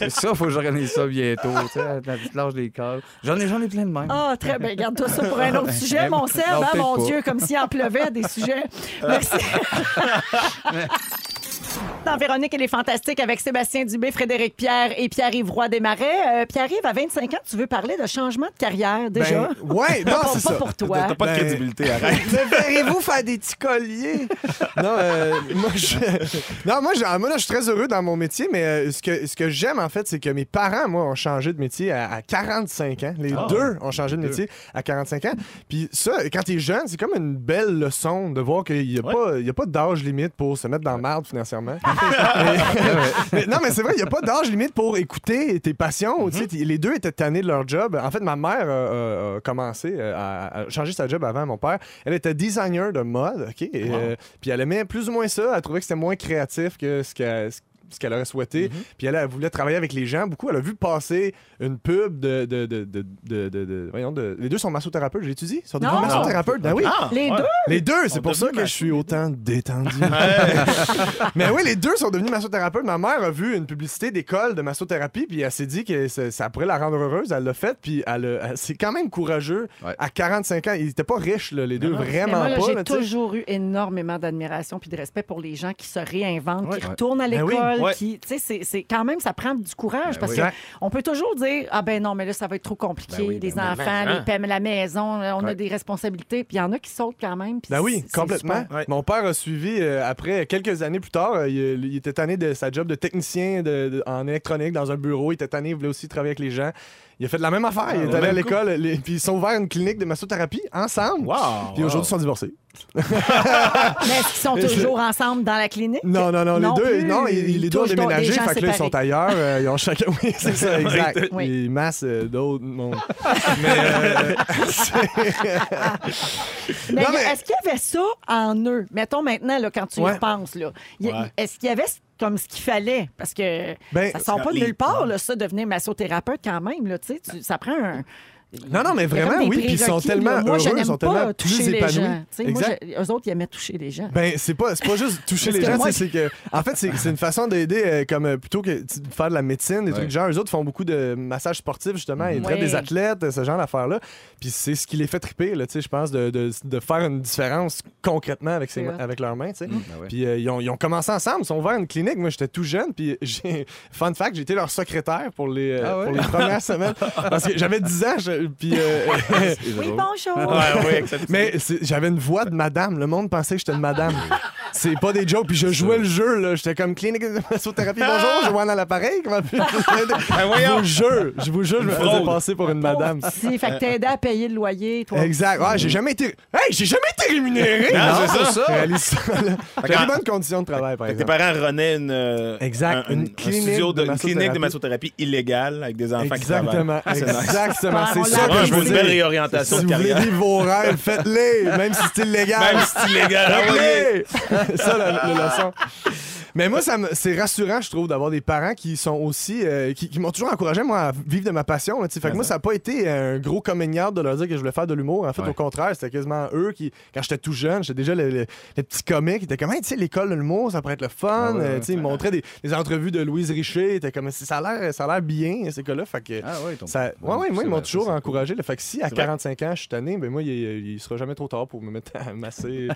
C'est ça, faut que j'organise ça bientôt, tu sais, à la petite lâche des câbles. J'en ai, j'en ai plein de même. Ah, très bien. Garde-toi ça pour un autre sujet, mon Seb. Non, hein, peut-être mon pas. Dieu, comme s'il en pleuvait des sujets. Merci. Dans Véronique, elle est fantastique avec Sébastien Dubé, Frédéric Pierre et Pierre-Yves Roy Desmarais. Euh, Pierre-Yves, à 25 ans, tu veux parler de changement de carrière déjà? Ben, ouais, non, ah, Pas- c'est pas ça. pour toi. T'as pas de Ben- crédibilité, arrête. Me verrez-vous faire des petits colliers? non, euh, moi, je... non, moi, je... ah, moi, là, je suis très heureux dans mon métier, mais euh, ce que, ce que j'aime, en fait, c'est que mes parents, moi, ont changé de métier à, à 45 ans. Les Ah. deux ont changé de métier à 45 ans. Puis ça, quand t'es jeune, c'est comme une belle leçon de voir qu'il n'y a, Ouais. pas- il y a pas d'âge limite pour se mettre dans la merde financièrement. Mais- non, mais c'est vrai, il n'y a pas d'âge limite pour écouter tes passions. Tu sais, t- Les deux étaient tannés de leur job. En fait, ma mère euh, a, a commencé euh, à, à changer sa job avant mon père. Elle était designer de mode, OK? Et, euh, puis elle aimait plus ou moins ça. Elle trouvait que c'était moins créatif que ce qu'elle ce qu'elle aurait souhaité. Puis elle, elle voulait travailler avec les gens beaucoup. Elle a vu passer une pub de... de, de, de, de- de- de- voyons, de- les deux sont massothérapeutes, j'ai étudié. Ils sont devenus Non. massothérapeutes. Ben oui. Ah, Les ouais. deux? Les deux, c'est Sont pour ça devenus que je suis autant détendu. Ouais. Mais oui, les deux sont devenus massothérapeutes. Ma mère a vu une publicité d'école de massothérapie, puis elle s'est dit que ça, ça pourrait la rendre heureuse. Elle l'a fait, puis elle, a- elle- c'est quand même courageux. Ouais. À 45 ans, ils étaient pas riches, là, les deux, Mais vraiment moi, là, pas. j'ai là, tu sais. toujours eu énormément d'admiration puis de respect pour les gens qui se réinventent, Ouais. qui retournent à Ben oui. l'école, Ouais. qui, tu sais, c'est- c'est quand même, ça prend du courage Ben parce oui. que Exact. on peut toujours dire, ah ben non, mais là, ça va être trop compliqué, Ben oui, les ben oui. enfants, hein. les pèmes, la maison, là, on a Ouais. des responsabilités, puis il y en a qui sautent quand même. puis Ben oui, c'est- c'est complètement. super. Ouais. Mon père a suivi euh, après quelques années plus tard. euh, il, il était tanné de sa job de technicien de- de- en électronique dans un bureau. Il était tanné, il voulait aussi travailler avec les gens. Il a fait la même affaire. Il est le allé à même l'école, les- puis ils sont ouverts une clinique de massothérapie ensemble. Wow, Puis Ah, wow. aujourd'hui, ils sont divorcés. Mais est-ce qu'ils sont toujours ensemble dans la clinique? Non, non, non, les deux, plus. non, ils- ils- les deux ont Touche donc des déménagé, gens fait que là, ils séparés. sont ailleurs. euh, ils ont chacun. Oui, c'est ça, exact. Oui. Ils massent euh, d'autres mondes. Mais Non, mais- Ben, est-ce qu'il y avait ça en eux? Mettons maintenant, là, quand tu y Ouais. repenses, là, Il y a- Ouais. est-ce qu'il y avait comme ce qu'il fallait? Parce que Ben, ça sort pas de les- nulle part, là, ça, devenir massothérapeute quand même. Là, tu sais, tu- ça prend un... Non, non, mais il y a comme vraiment, des oui, puis ils sont prérequis, là. tellement moi, je heureux, ils n'aime sont pas tellement toucher plus les épanouis. gens. Tu sais, Moi, Exact. je- eux autres, ils aimaient toucher les gens. Ben, c'est pas, c'est pas juste toucher Parce les que gens, moi, tu sais, c'est que. En fait, c'est c'est une façon d'aider, euh, comme euh, plutôt que de faire de la médecine, des trucs Ouais. du genre. Eux autres font beaucoup de massages sportifs, justement. Ils Mhm. traitent des Ouais. athlètes, euh, ce genre d'affaires-là. Puis c'est ce qui les fait triper, là, tu sais, je pense, de, de- de faire une différence concrètement avec, ses- C'est hot. avec leurs mains, tu sais. Ben ouais. Puis euh, ils, ont, ils ont commencé ensemble, ils sont ouverts une clinique. Moi, j'étais tout jeune, puis j'ai. Fun fact, j'ai été leur secrétaire pour les, euh, Ah ouais? pour les premières semaines. Parce que j'avais 10 ans, je- puis. euh, C'est Oui, drôle. bonjour. Ouais, ouais, accepte. Mais c'est- j'avais une voix de madame. Le monde pensait que j'étais une madame. C'est pas des jokes. Puis je jouais le jeu, là. J'étais comme clinique de massothérapie. Ah! Bonjour, Joanne à l'appareil. Comment puis- Ben, Je vous jure, je vous jure, je me faisais Fraude. passer pour une madame. Si, Oh, fait que t'aidais à payer le loyer, toi. Exact. Ouais, j'ai jamais été. Hey, j'ai jamais été rémunéré! Non, Non, c'est ça. Réalise ça, là. J'avais quand- des bonnes conditions de travail, par Fait que tes exemple. parents renaient une, euh, Exact, un- une un- un clinique studio de de, une clinique de massothérapie. massothérapie illégale avec des enfants Exactement. qui travaillent. Ah, C'est nice. Exactement. On C'est ça l'a que Ouais, je je veux vous une belle dis. réorientation Si vous de voulez carrière. vivre vos rêves, faites-les, même si c'est illégal. Même si c'est illégal. Ah Apprenez. Appelez! ça, la, la leçon. Mais moi, ça me- c'est rassurant, je trouve, d'avoir des parents qui sont aussi. euh, qui, qui m'ont toujours encouragé, moi, à vivre de ma passion. là, tu sais. fait que moi, ça n'a pas été un gros coming out de leur dire que je voulais faire de l'humour. En fait, Ouais. au contraire, c'était quasiment eux qui, quand j'étais tout jeune, j'étais déjà le, le- le petit comique. Ils étaient comme, Hey, tu sais, l'école de l'humour, ça pourrait être le fun. Ah ouais, Euh, ouais. tu sais, ils me montraient des, des entrevues de Louise Richer. Ils étaient comme, ça a l'air ça a l'air bien, ces gars-là. Fait que. Ah ouais, ton- Ça, ouais, ouais, moi, c'est ils vrai, m'ont toujours ça, c'est encouragé. Le fait que si à C'est vrai. 45 ans, je suis tanné, ben moi, il, il sera jamais trop tard pour me mettre à masser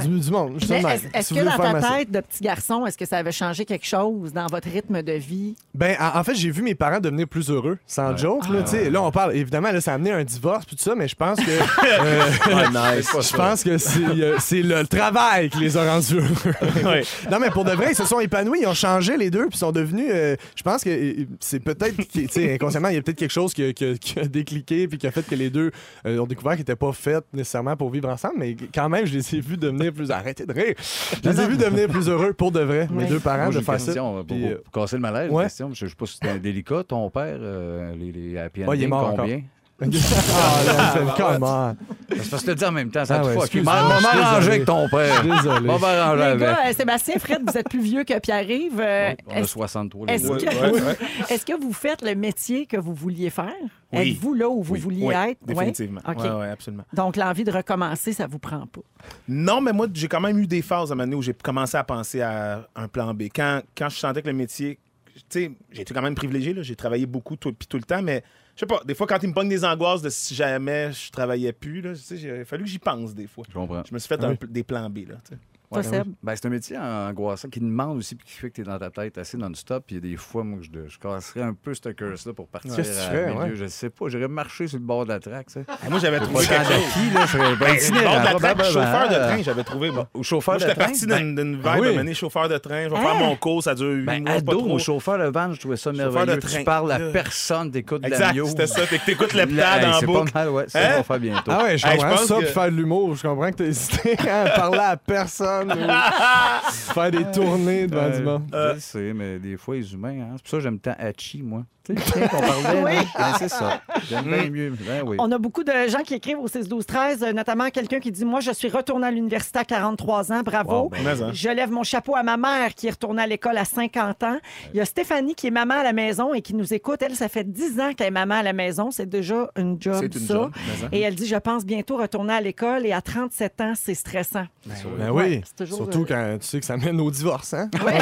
du, du monde. Je suis Mais de même. Est-ce Si vous est-ce que voulez dans vous faire ta masser. tête de petit garçon, est-ce que ça avait changé quelque chose dans votre rythme de vie? Ben, en en fait, j'ai vu mes parents devenir plus heureux, sans joke. Ah. Là, tu sais, là, on parle, évidemment, là, ça a amené un divorce, puis tout ça, mais je pense que. euh, Ah, nice. Je pense que c'est euh, c'est le travail qui les a rendus heureux. Ouais. Non, mais pour de vrai, ils se sont épanouis, ils ont changé les deux, puis sont devenus. euh, je pense que euh, c'est peut-être. que, Tu sais, inconsciemment, il y a peut-être quelque chose qui a, qui a- qui a décliqué, puis qui a fait que les deux euh, ont découvert qu'ils n'étaient pas faits nécessairement pour vivre ensemble, mais quand même, je les ai vus devenir plus. Arrêtez de rire! Je les ai vus devenir plus heureux pour de vrai, mes Ouais. deux parents, Moi, j'ai de une faire ça. question, euh, pour, Puis, pour- pour casser le malaise, ouais. une question, parce que je sais pas si c'était délicat. Ton père, euh, les, les happy Ouais, il est ending, mort encore. combien? euh, ah, non, c'est- come on. C'est parce que je te le dis en même temps, ça Ah te ouais, fuck. excuse-moi, M'a- m'a je suis arrangé désolé. avec ton père. Je suis désolé. M'a arrangé Les avec. gars, euh, Sébastien, Fred, vous êtes plus vieux que Pierre-Yves. Euh, Ouais, On a est-ce- 63 les Est-ce deux. que, Ouais, ouais, ouais. est-ce que vous faites le métier que vous vouliez faire? Oui. Êtes-vous là où vous Oui, vouliez oui, être? Ouais? Définitivement. OK. Ouais, ouais, absolument. Donc, l'envie de recommencer, ça vous prend pas. Non, mais moi, j'ai quand même eu des phases à un moment donné où j'ai commencé à penser à un plan B. Quand, quand je sentais que le métier. Tu sais, j'ai été quand même privilégié, là. j'ai travaillé beaucoup tout, puis tout le temps, mais je sais pas, des fois, quand il me pogne des angoisses de si jamais je travaillais plus, là, tu sais, j'ai- il a fallu que j'y pense des fois. Je comprends. Je me suis fait un pl- des plans B, là. tu sais. Toi, Seb? Ben, c'est un métier angoissant qui demande aussi, puis qui fait que tu es dans ta tête assez non-stop. Puis il y a des fois, moi, je, je casserais un peu ce curse-là pour partir Qu'est-ce que tu à fais, milieu. ouais? Je sais pas, j'aurais marché sur le bord de la traque, tu sais. Ah, Moi, j'avais Pas trouvé tant quelque chose. d'acquis, là, je serais bien Le bord de la itinérant. traque, Ben, ben, chauffeur de ben, train, j'avais trouvé. Bon. Au chauffeur Moi, de j'étais train. parti d'une d'une vibe, ben oui. à mener chauffeur de train, je vais faire Hein? mon cours, ça dure 8 Ben, mois, c'est pas ado, trop. au chauffeur de van, je trouvais ça Chauffeur merveilleux. de train. Tu parles à Là. personne, t'écoutes de la Exact, mio. c'était ça. Fait que t'écoutes La- l'heptade Hey, en c'est boucle. pas mal, ouais. Ça, Hein? on va faire bientôt. Ah ouais, je Hey, je comprends pense ça, que- puis faire de l'humour. Je comprends que t'as hésité à parler à personne ou faire des tournées devant du monde. Euh, Je le sais, mais des fois, les humains, hein, c'est pour ça que j'aime tant Hachi, moi. Tu sais, le chien qu'on parlait, là. Oui. Ben, c'est ça. J'aime bien mieux. Ben oui. On a beaucoup de gens qui écrivent au 6-12-13, euh, notamment quelqu'un qui dit Moi, je suis retourné à l'université à 43 ans, bravo. Wow, ben, Mais, hein. Je lève mon chapeau à ma mère qui est retournée à l'école à 50 ans. Il y a Stéphanie qui est maman à la maison et qui nous écoute. Elle, ça fait 10 ans qu'elle est maman à la maison. C'est déjà une job, C'est une ça. job, mais, hein. Et elle dit, je pense bientôt retourner à l'école et à 37 ans, c'est stressant. Ben Ouais, oui, c'est toujours, euh, surtout quand tu sais que ça mène au divorce, hein? Ah ouais.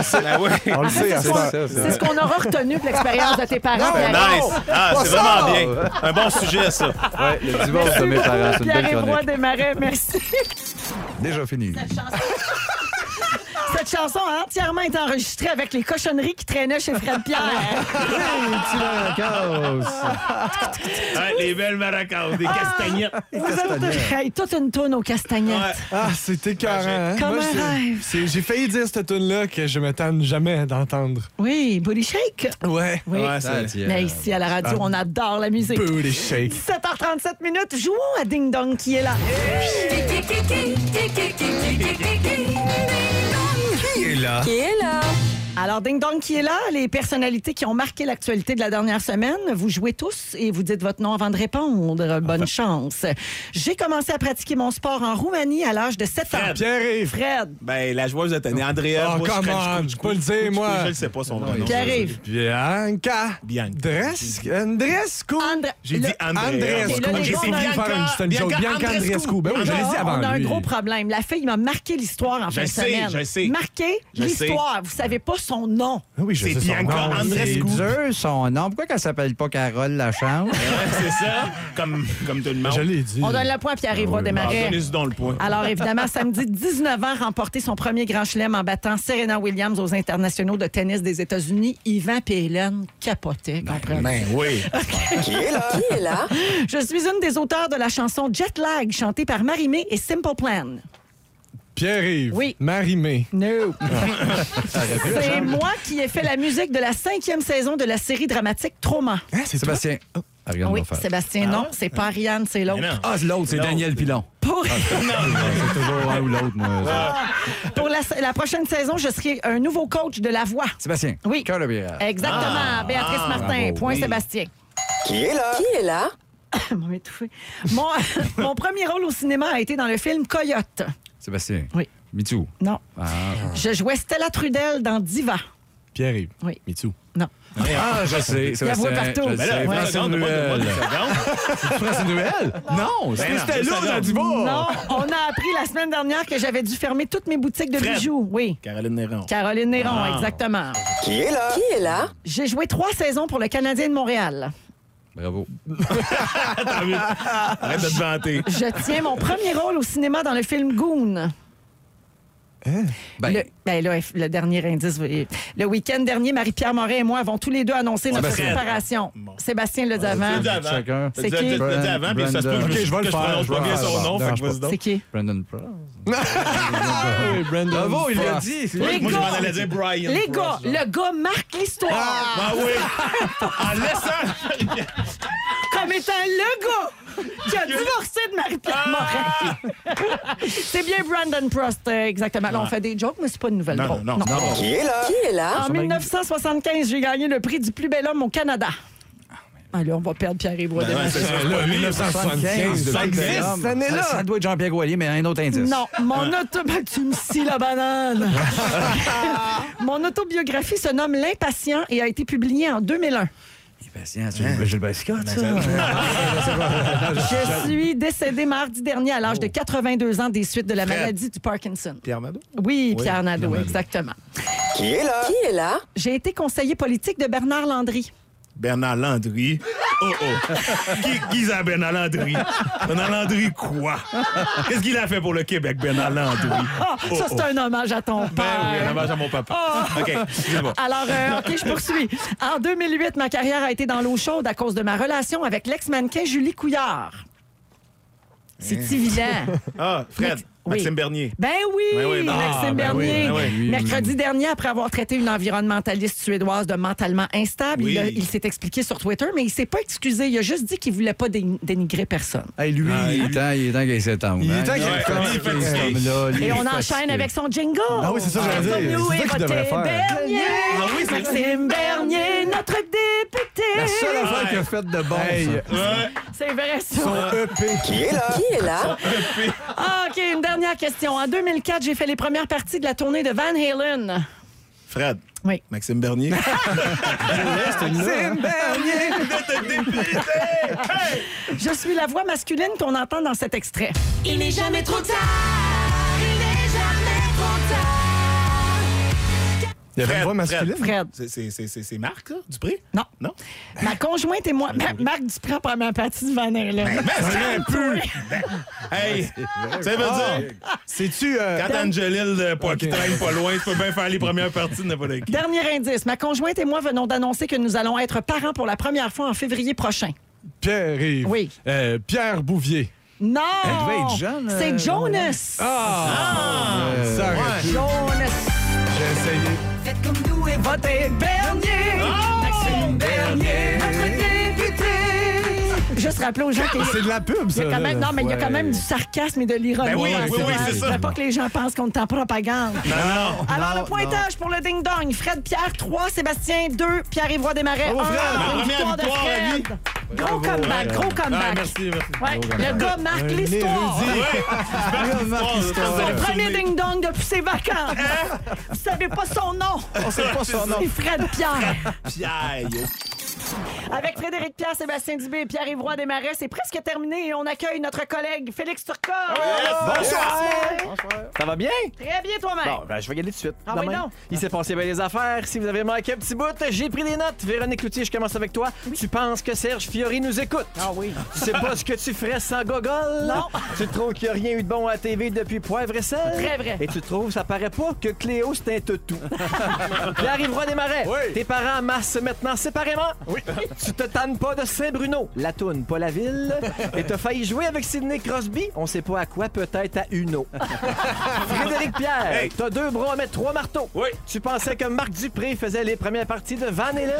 On le sait, à c'est cette ça, heure. c'est ça. C'est ce qu'on aura retenu de l'expérience de tes parents. Non, Pierre-Yves. Nice! Ah, Pas c'est ça! vraiment bien. Un bon sujet, ça. Ah, Ouais, le divorce de mes parents, c'est une belle Pierre-Yves Roy chronique. des Marais, merci. Déjà fini. Cette chanson a entièrement été enregistrée avec les cochonneries qui traînaient chez Fred Pierre. Hein, les belles maracas, des castagnettes. Vous êtes Hey, toute une toune aux castagnettes. Ah, c'est écœurant, hein? Comme Moi, un c'est- rêve. c'est- J'ai failli dire cette tune-là que je m'étonne jamais d'entendre. Oui, Booty Shake. Ouais. Oui. Mais ici, à la radio, on adore la musique. Booty shake. 17h37 minutes, jouons à Ding Dong qui est là. Alors, Ding Dong qui est là, les personnalités qui ont marqué l'actualité de la dernière semaine, vous jouez tous et vous dites votre nom avant de répondre. Bonne chance. J'ai commencé à pratiquer mon sport en Roumanie à l'âge de 7 ans. Pierre-Yves. Fred, Ben, la joueuse de tennis, Andrea. Oh, moi, je come serais- on, je- je peux le dire, moi. Je le sais pas son vrai nom. Pierre-Yves, Bianca. Bianca. Dres- Andrescu. André. J'ai dit Andrea. Et là, les J'ai gars, essayé on a- de faire une c'était une joke. Bianca Bianca Andreescu. Andrescu. Ben oui, je l'ai dit Ah, avant on a lui. un gros problème. La fille m'a marqué l'histoire en fin de sais, semaine. je sais. Marqué Je l'histoire. Vous savez pas son nom. Ah Oui, je C'est sais son Bianca nom. Andreescu. son nom. Pourquoi qu'elle s'appelle pas Carole Lachance? Ouais, C'est ça, comme, comme tout le monde. Je l'ai dit. On donne le point à Pierre-Yves Roy des Ah, Marais. Donnez-y dans le point. Alors, évidemment, samedi, 19 ans, remporté son premier grand chelem en battant Serena Williams aux internationaux de tennis des États-Unis. Yvan et Hélène capotaient, comprenez. Ben oui. Qui est là? Je suis une des auteurs de la chanson Jet Lag, chantée par Marimé et Simple Plan. Pierre-Yves. Oui. Marie-Mé. No. C'est moi qui ai fait la musique de la cinquième saison de la série dramatique Trauma. Ah, Hein, c'est toi? Sébastien. Oh, regarde Oui, mon faire. Sébastien, non, c'est pas Ariane, c'est Mais l'autre. non. Ah. Ah, c'est l'autre, c'est L'autre. Daniel Pilon. Pour, C'est toujours un ou l'autre, moi. Ah. pour la, la prochaine saison, je serai un nouveau coach de la voix. Sébastien. Oui. Cœur de bière. Exactement, Béatrice Martin. bravo, point oui. Sébastien. Qui est là? Elle m'a étouffée. Mon, mon premier rôle au cinéma a été dans le film Coyote. Sébastien. Oui. Mitsu. Non. Ah. Je jouais Stella Trudel dans Diva. Pierre-Yves. Oui. Mitsou. Non. Ah, je sais. la voit Sébastien. partout. Je Ben là, sais. ouais. François Ruel. François Ruel? Non, Ben non, c'était deux là, dans secondes. du bas. Non, on a appris la semaine dernière que j'avais dû fermer toutes mes boutiques de Fred. bijoux. Oui. Caroline Néron. Caroline Néron, exactement. Qui est là? J'ai joué trois saisons pour le Canadien de Montréal. Bravo. Arrête de te vanter. Je tiens mon premier rôle au cinéma dans le film Goon. Le, ben là, le dernier indice. oui. Le week-end dernier, Marie-Pierre Morin et moi avons tous les deux annoncé Ouais, ben, notre Sébastien. séparation. Sébastien le dit Tu l'as dit avant. avant. Chacun. Tu C'est l'as qui? dit- tu l'as dit avant, puis ça se peut que Brandon. je- Ok, je vais que le je faire, prononce je vais pas bien le son faire. nom. fait que Dérange pas. vas-y donc. C'est qui? Brandon Pryor. Bravo, il l'a dit. Les Moi, je m'en gars! allais dire Brian. Les gars, le gars marque l'histoire Ah oui! Ah, En laissant. comme étant le gars qui Ah! a divorcé de Marie-Pierre Morin. c'est bien Brandon Prost, euh, exactement. Là, on fait des jokes, mais c'est pas une nouvelle drôle. Ah! non, non. non. Qui est là? En 1975, j'ai gagné le prix du plus bel homme au Canada. Ah, là, on va perdre Pierre-Yves Roy demain. Ben, Ouais, c'est ça. Là, 1975, Ça existe, cette année-là. Ça doit être Jean-Pierre Goyer, mais un autre indice. Non, mon auto... Ben, tu me scies la banane. mon autobiographie se nomme L'impatient et a été publiée en 2001. Il est patient, c'est Hein? une Gilles Bascotte, ça. Je suis décédée mardi dernier à l'âge de 82 ans des suites de la maladie du Parkinson. Pierre Nadeau? Oui, Pierre Nadeau, exactement. Qui est là? J'ai été conseiller politique de Bernard Landry. Bernard Landry. Oh oh. Qui, qui ça, Bernard Landry? Bernard Landry, quoi? Qu'est-ce qu'il a fait pour le Québec, Bernard Landry? Ah, Oh, ça, oh. c'est un hommage à ton père. Ben oui, un hommage à mon papa. Ah. OK, excusez-moi. Alors, euh, OK, je poursuis. En 2008, ma carrière a été dans l'eau chaude à cause de ma relation avec l'ex-mannequin Julie Couillard. C'est Hein? évident. Ah, Fred, Max- oui. Maxime Bernier. Ben oui, Ben oui, ben- Maxime Ah, ben Bernier. oui, ben oui. Mercredi dernier, après avoir traité une environnementaliste suédoise de mentalement instable, Oui. il, a- il s'est expliqué sur Twitter, mais il s'est pas excusé. Il a juste dit qu'il voulait pas dé- dénigrer personne. Hey, lui, il est temps il est temps qu'il s'étende. Il est hein. temps qu'il Ouais, s'étende. ouais, Il est fatigué. cet homme-là, lui, Et il on est enchaîne fatigué. avec son jingle. Ah oui, c'est ça que j'allais dire. Nous C'est ça et qu'il devrait voter faire. Bernier. Ah oui, c'est- Maxime Bernier, notre La seule député. affaire qu'il a faite de bon. ça. Ouais. C'est vrai ça. Qui est là? Ah, OK, une dernière question. En 2004, j'ai fait les premières parties de la tournée de Van Halen. Fred. Oui. Maxime Bernier. Ah, Maxime Bernier. Notre député. Hey! Je suis la voix masculine qu'on entend dans cet extrait. Il n'est jamais trop tard. Il n'est jamais trop tard. Il y avait une Fred, voix masculine. Fred. Fred. C'est- C'est c'est- c'est- c'est Marc, là, Dupré? Non. Non? Ma conjointe et moi. Ma- Marc Dupré en première partie de Van Halen. un peu. Hey, ça Ah! veut dire, C'est-tu. euh, quand Angelil euh, pas- qui travaille pas loin, tu peux bien faire les premières parties de n'importe qui. Dernier indice. Ma conjointe et moi venons d'annoncer que nous allons être parents pour la première fois en février prochain. Pierre-Yves. Oui. Euh, Pierre Bouvier. Non! Elle devait être jeune, euh, C'est Jonas. Ah! Euh, ça aurait pu. Jonas. J'ai essayé. Faites comme nous et votre Votez Bernier. Oh! Maxime Bernier. député. Juste rappeler aux gens Ah, qu'il y a- C'est de la pub, il ça. y a quand même, là. non, mais il y a quand même du sarcasme et de l'ironie. Ben oui, dans oui, ce oui, match. c'est ça. Je veux pas que les gens pensent qu'on est en propagande. Non, non. Alors, le pointage pour le ding-dong. Fred Pierre, 3. Sébastien, 2. Pierre-Yvois Desmarais, 1. Ma première victoire à lui. Gros comeback, gros Ah, comeback. merci, merci. Ouais, le gars marque l'histoire. érudit. Ah Ouais. Marc Histoire, C'est le ça, premier ça, ding-dong depuis ses vacances. Vous savez pas son nom. C'est Fred Pierre. Pierre, yo. Avec Frédéric Pierre, Sébastien Dubé et Pierre Ivroy Desmarais, c'est presque terminé et on accueille notre collègue Félix Turcotte. Ça va bien? Très bien toi-même. Bon, ben, je vais y aller tout de suite. Ah De oui, même. non. Il s'est passé bien les affaires. Si vous avez manqué un petit bout, j'ai pris des notes. Véronique Loutier, je commence avec toi. Tu penses que Serge Fiori nous écoute? Ah oui. Tu sais pas ce que tu ferais sans gogol? Non. Tu trouves qu'il n'y a rien eu de bon à la TV depuis Poivre et sel? Très vrai. Et tu trouves, ça paraît pas que Cléo, c'est un toutou. Pierre Ivroy Desmarais, tes parents amassent maintenant séparément. Oui. Tu te tannes pas de Saint-Bruno. La toune, pas la ville. Et t'as failli jouer avec Sidney Crosby. On sait pas à quoi, peut-être à Uno. Frédéric Pierre, Hey. t'as deux bras mais trois marteaux. Oui. Tu pensais que Marc Dupré faisait les premières parties de Van Halen.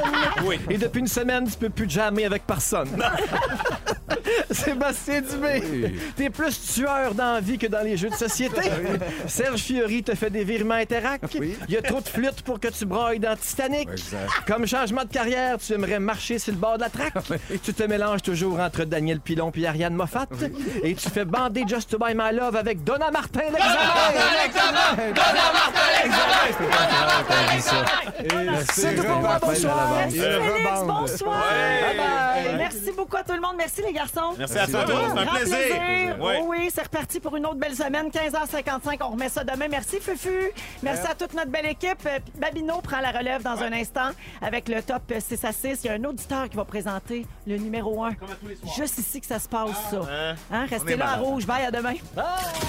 Oui. Et depuis une semaine, tu peux plus jammer avec personne. Sébastien Dubé, t'es plus tueur dans la vie que dans les jeux de société. Serge Fiori te fait des virements interac. Il y a trop de flûte pour que tu broilles dans Titanic. Comme changement de carrière, tu aimerais marcher sur le bord de la traque. Tu te mélanges toujours entre Daniel Pilon et Ariane Moffat. Et tu fais bander Just By My Love avec Donna Martin l'examen. C'est tout pour moi. reparti Bonsoir. à la Merci bande. Félix. Rebond. Bonsoir. Bye-bye. Merci beaucoup à tout le monde. Merci les garçons. Merci à toi, Toujours c'est un Ah, grand plaisir. Ouais. Oh oui, c'est reparti pour une autre belle semaine. 15h55. On remet ça demain. Merci Fufu. Merci à toute notre belle équipe. Euh, puis Babino prend la relève dans un instant avec le top 6 à 6. Il y a un auditeur qui va présenter le numéro 1. Juste ici que ça se passe, ça. Hein, Ah, On est Restez là à malade. rouge. Bye, à demain. Véronique.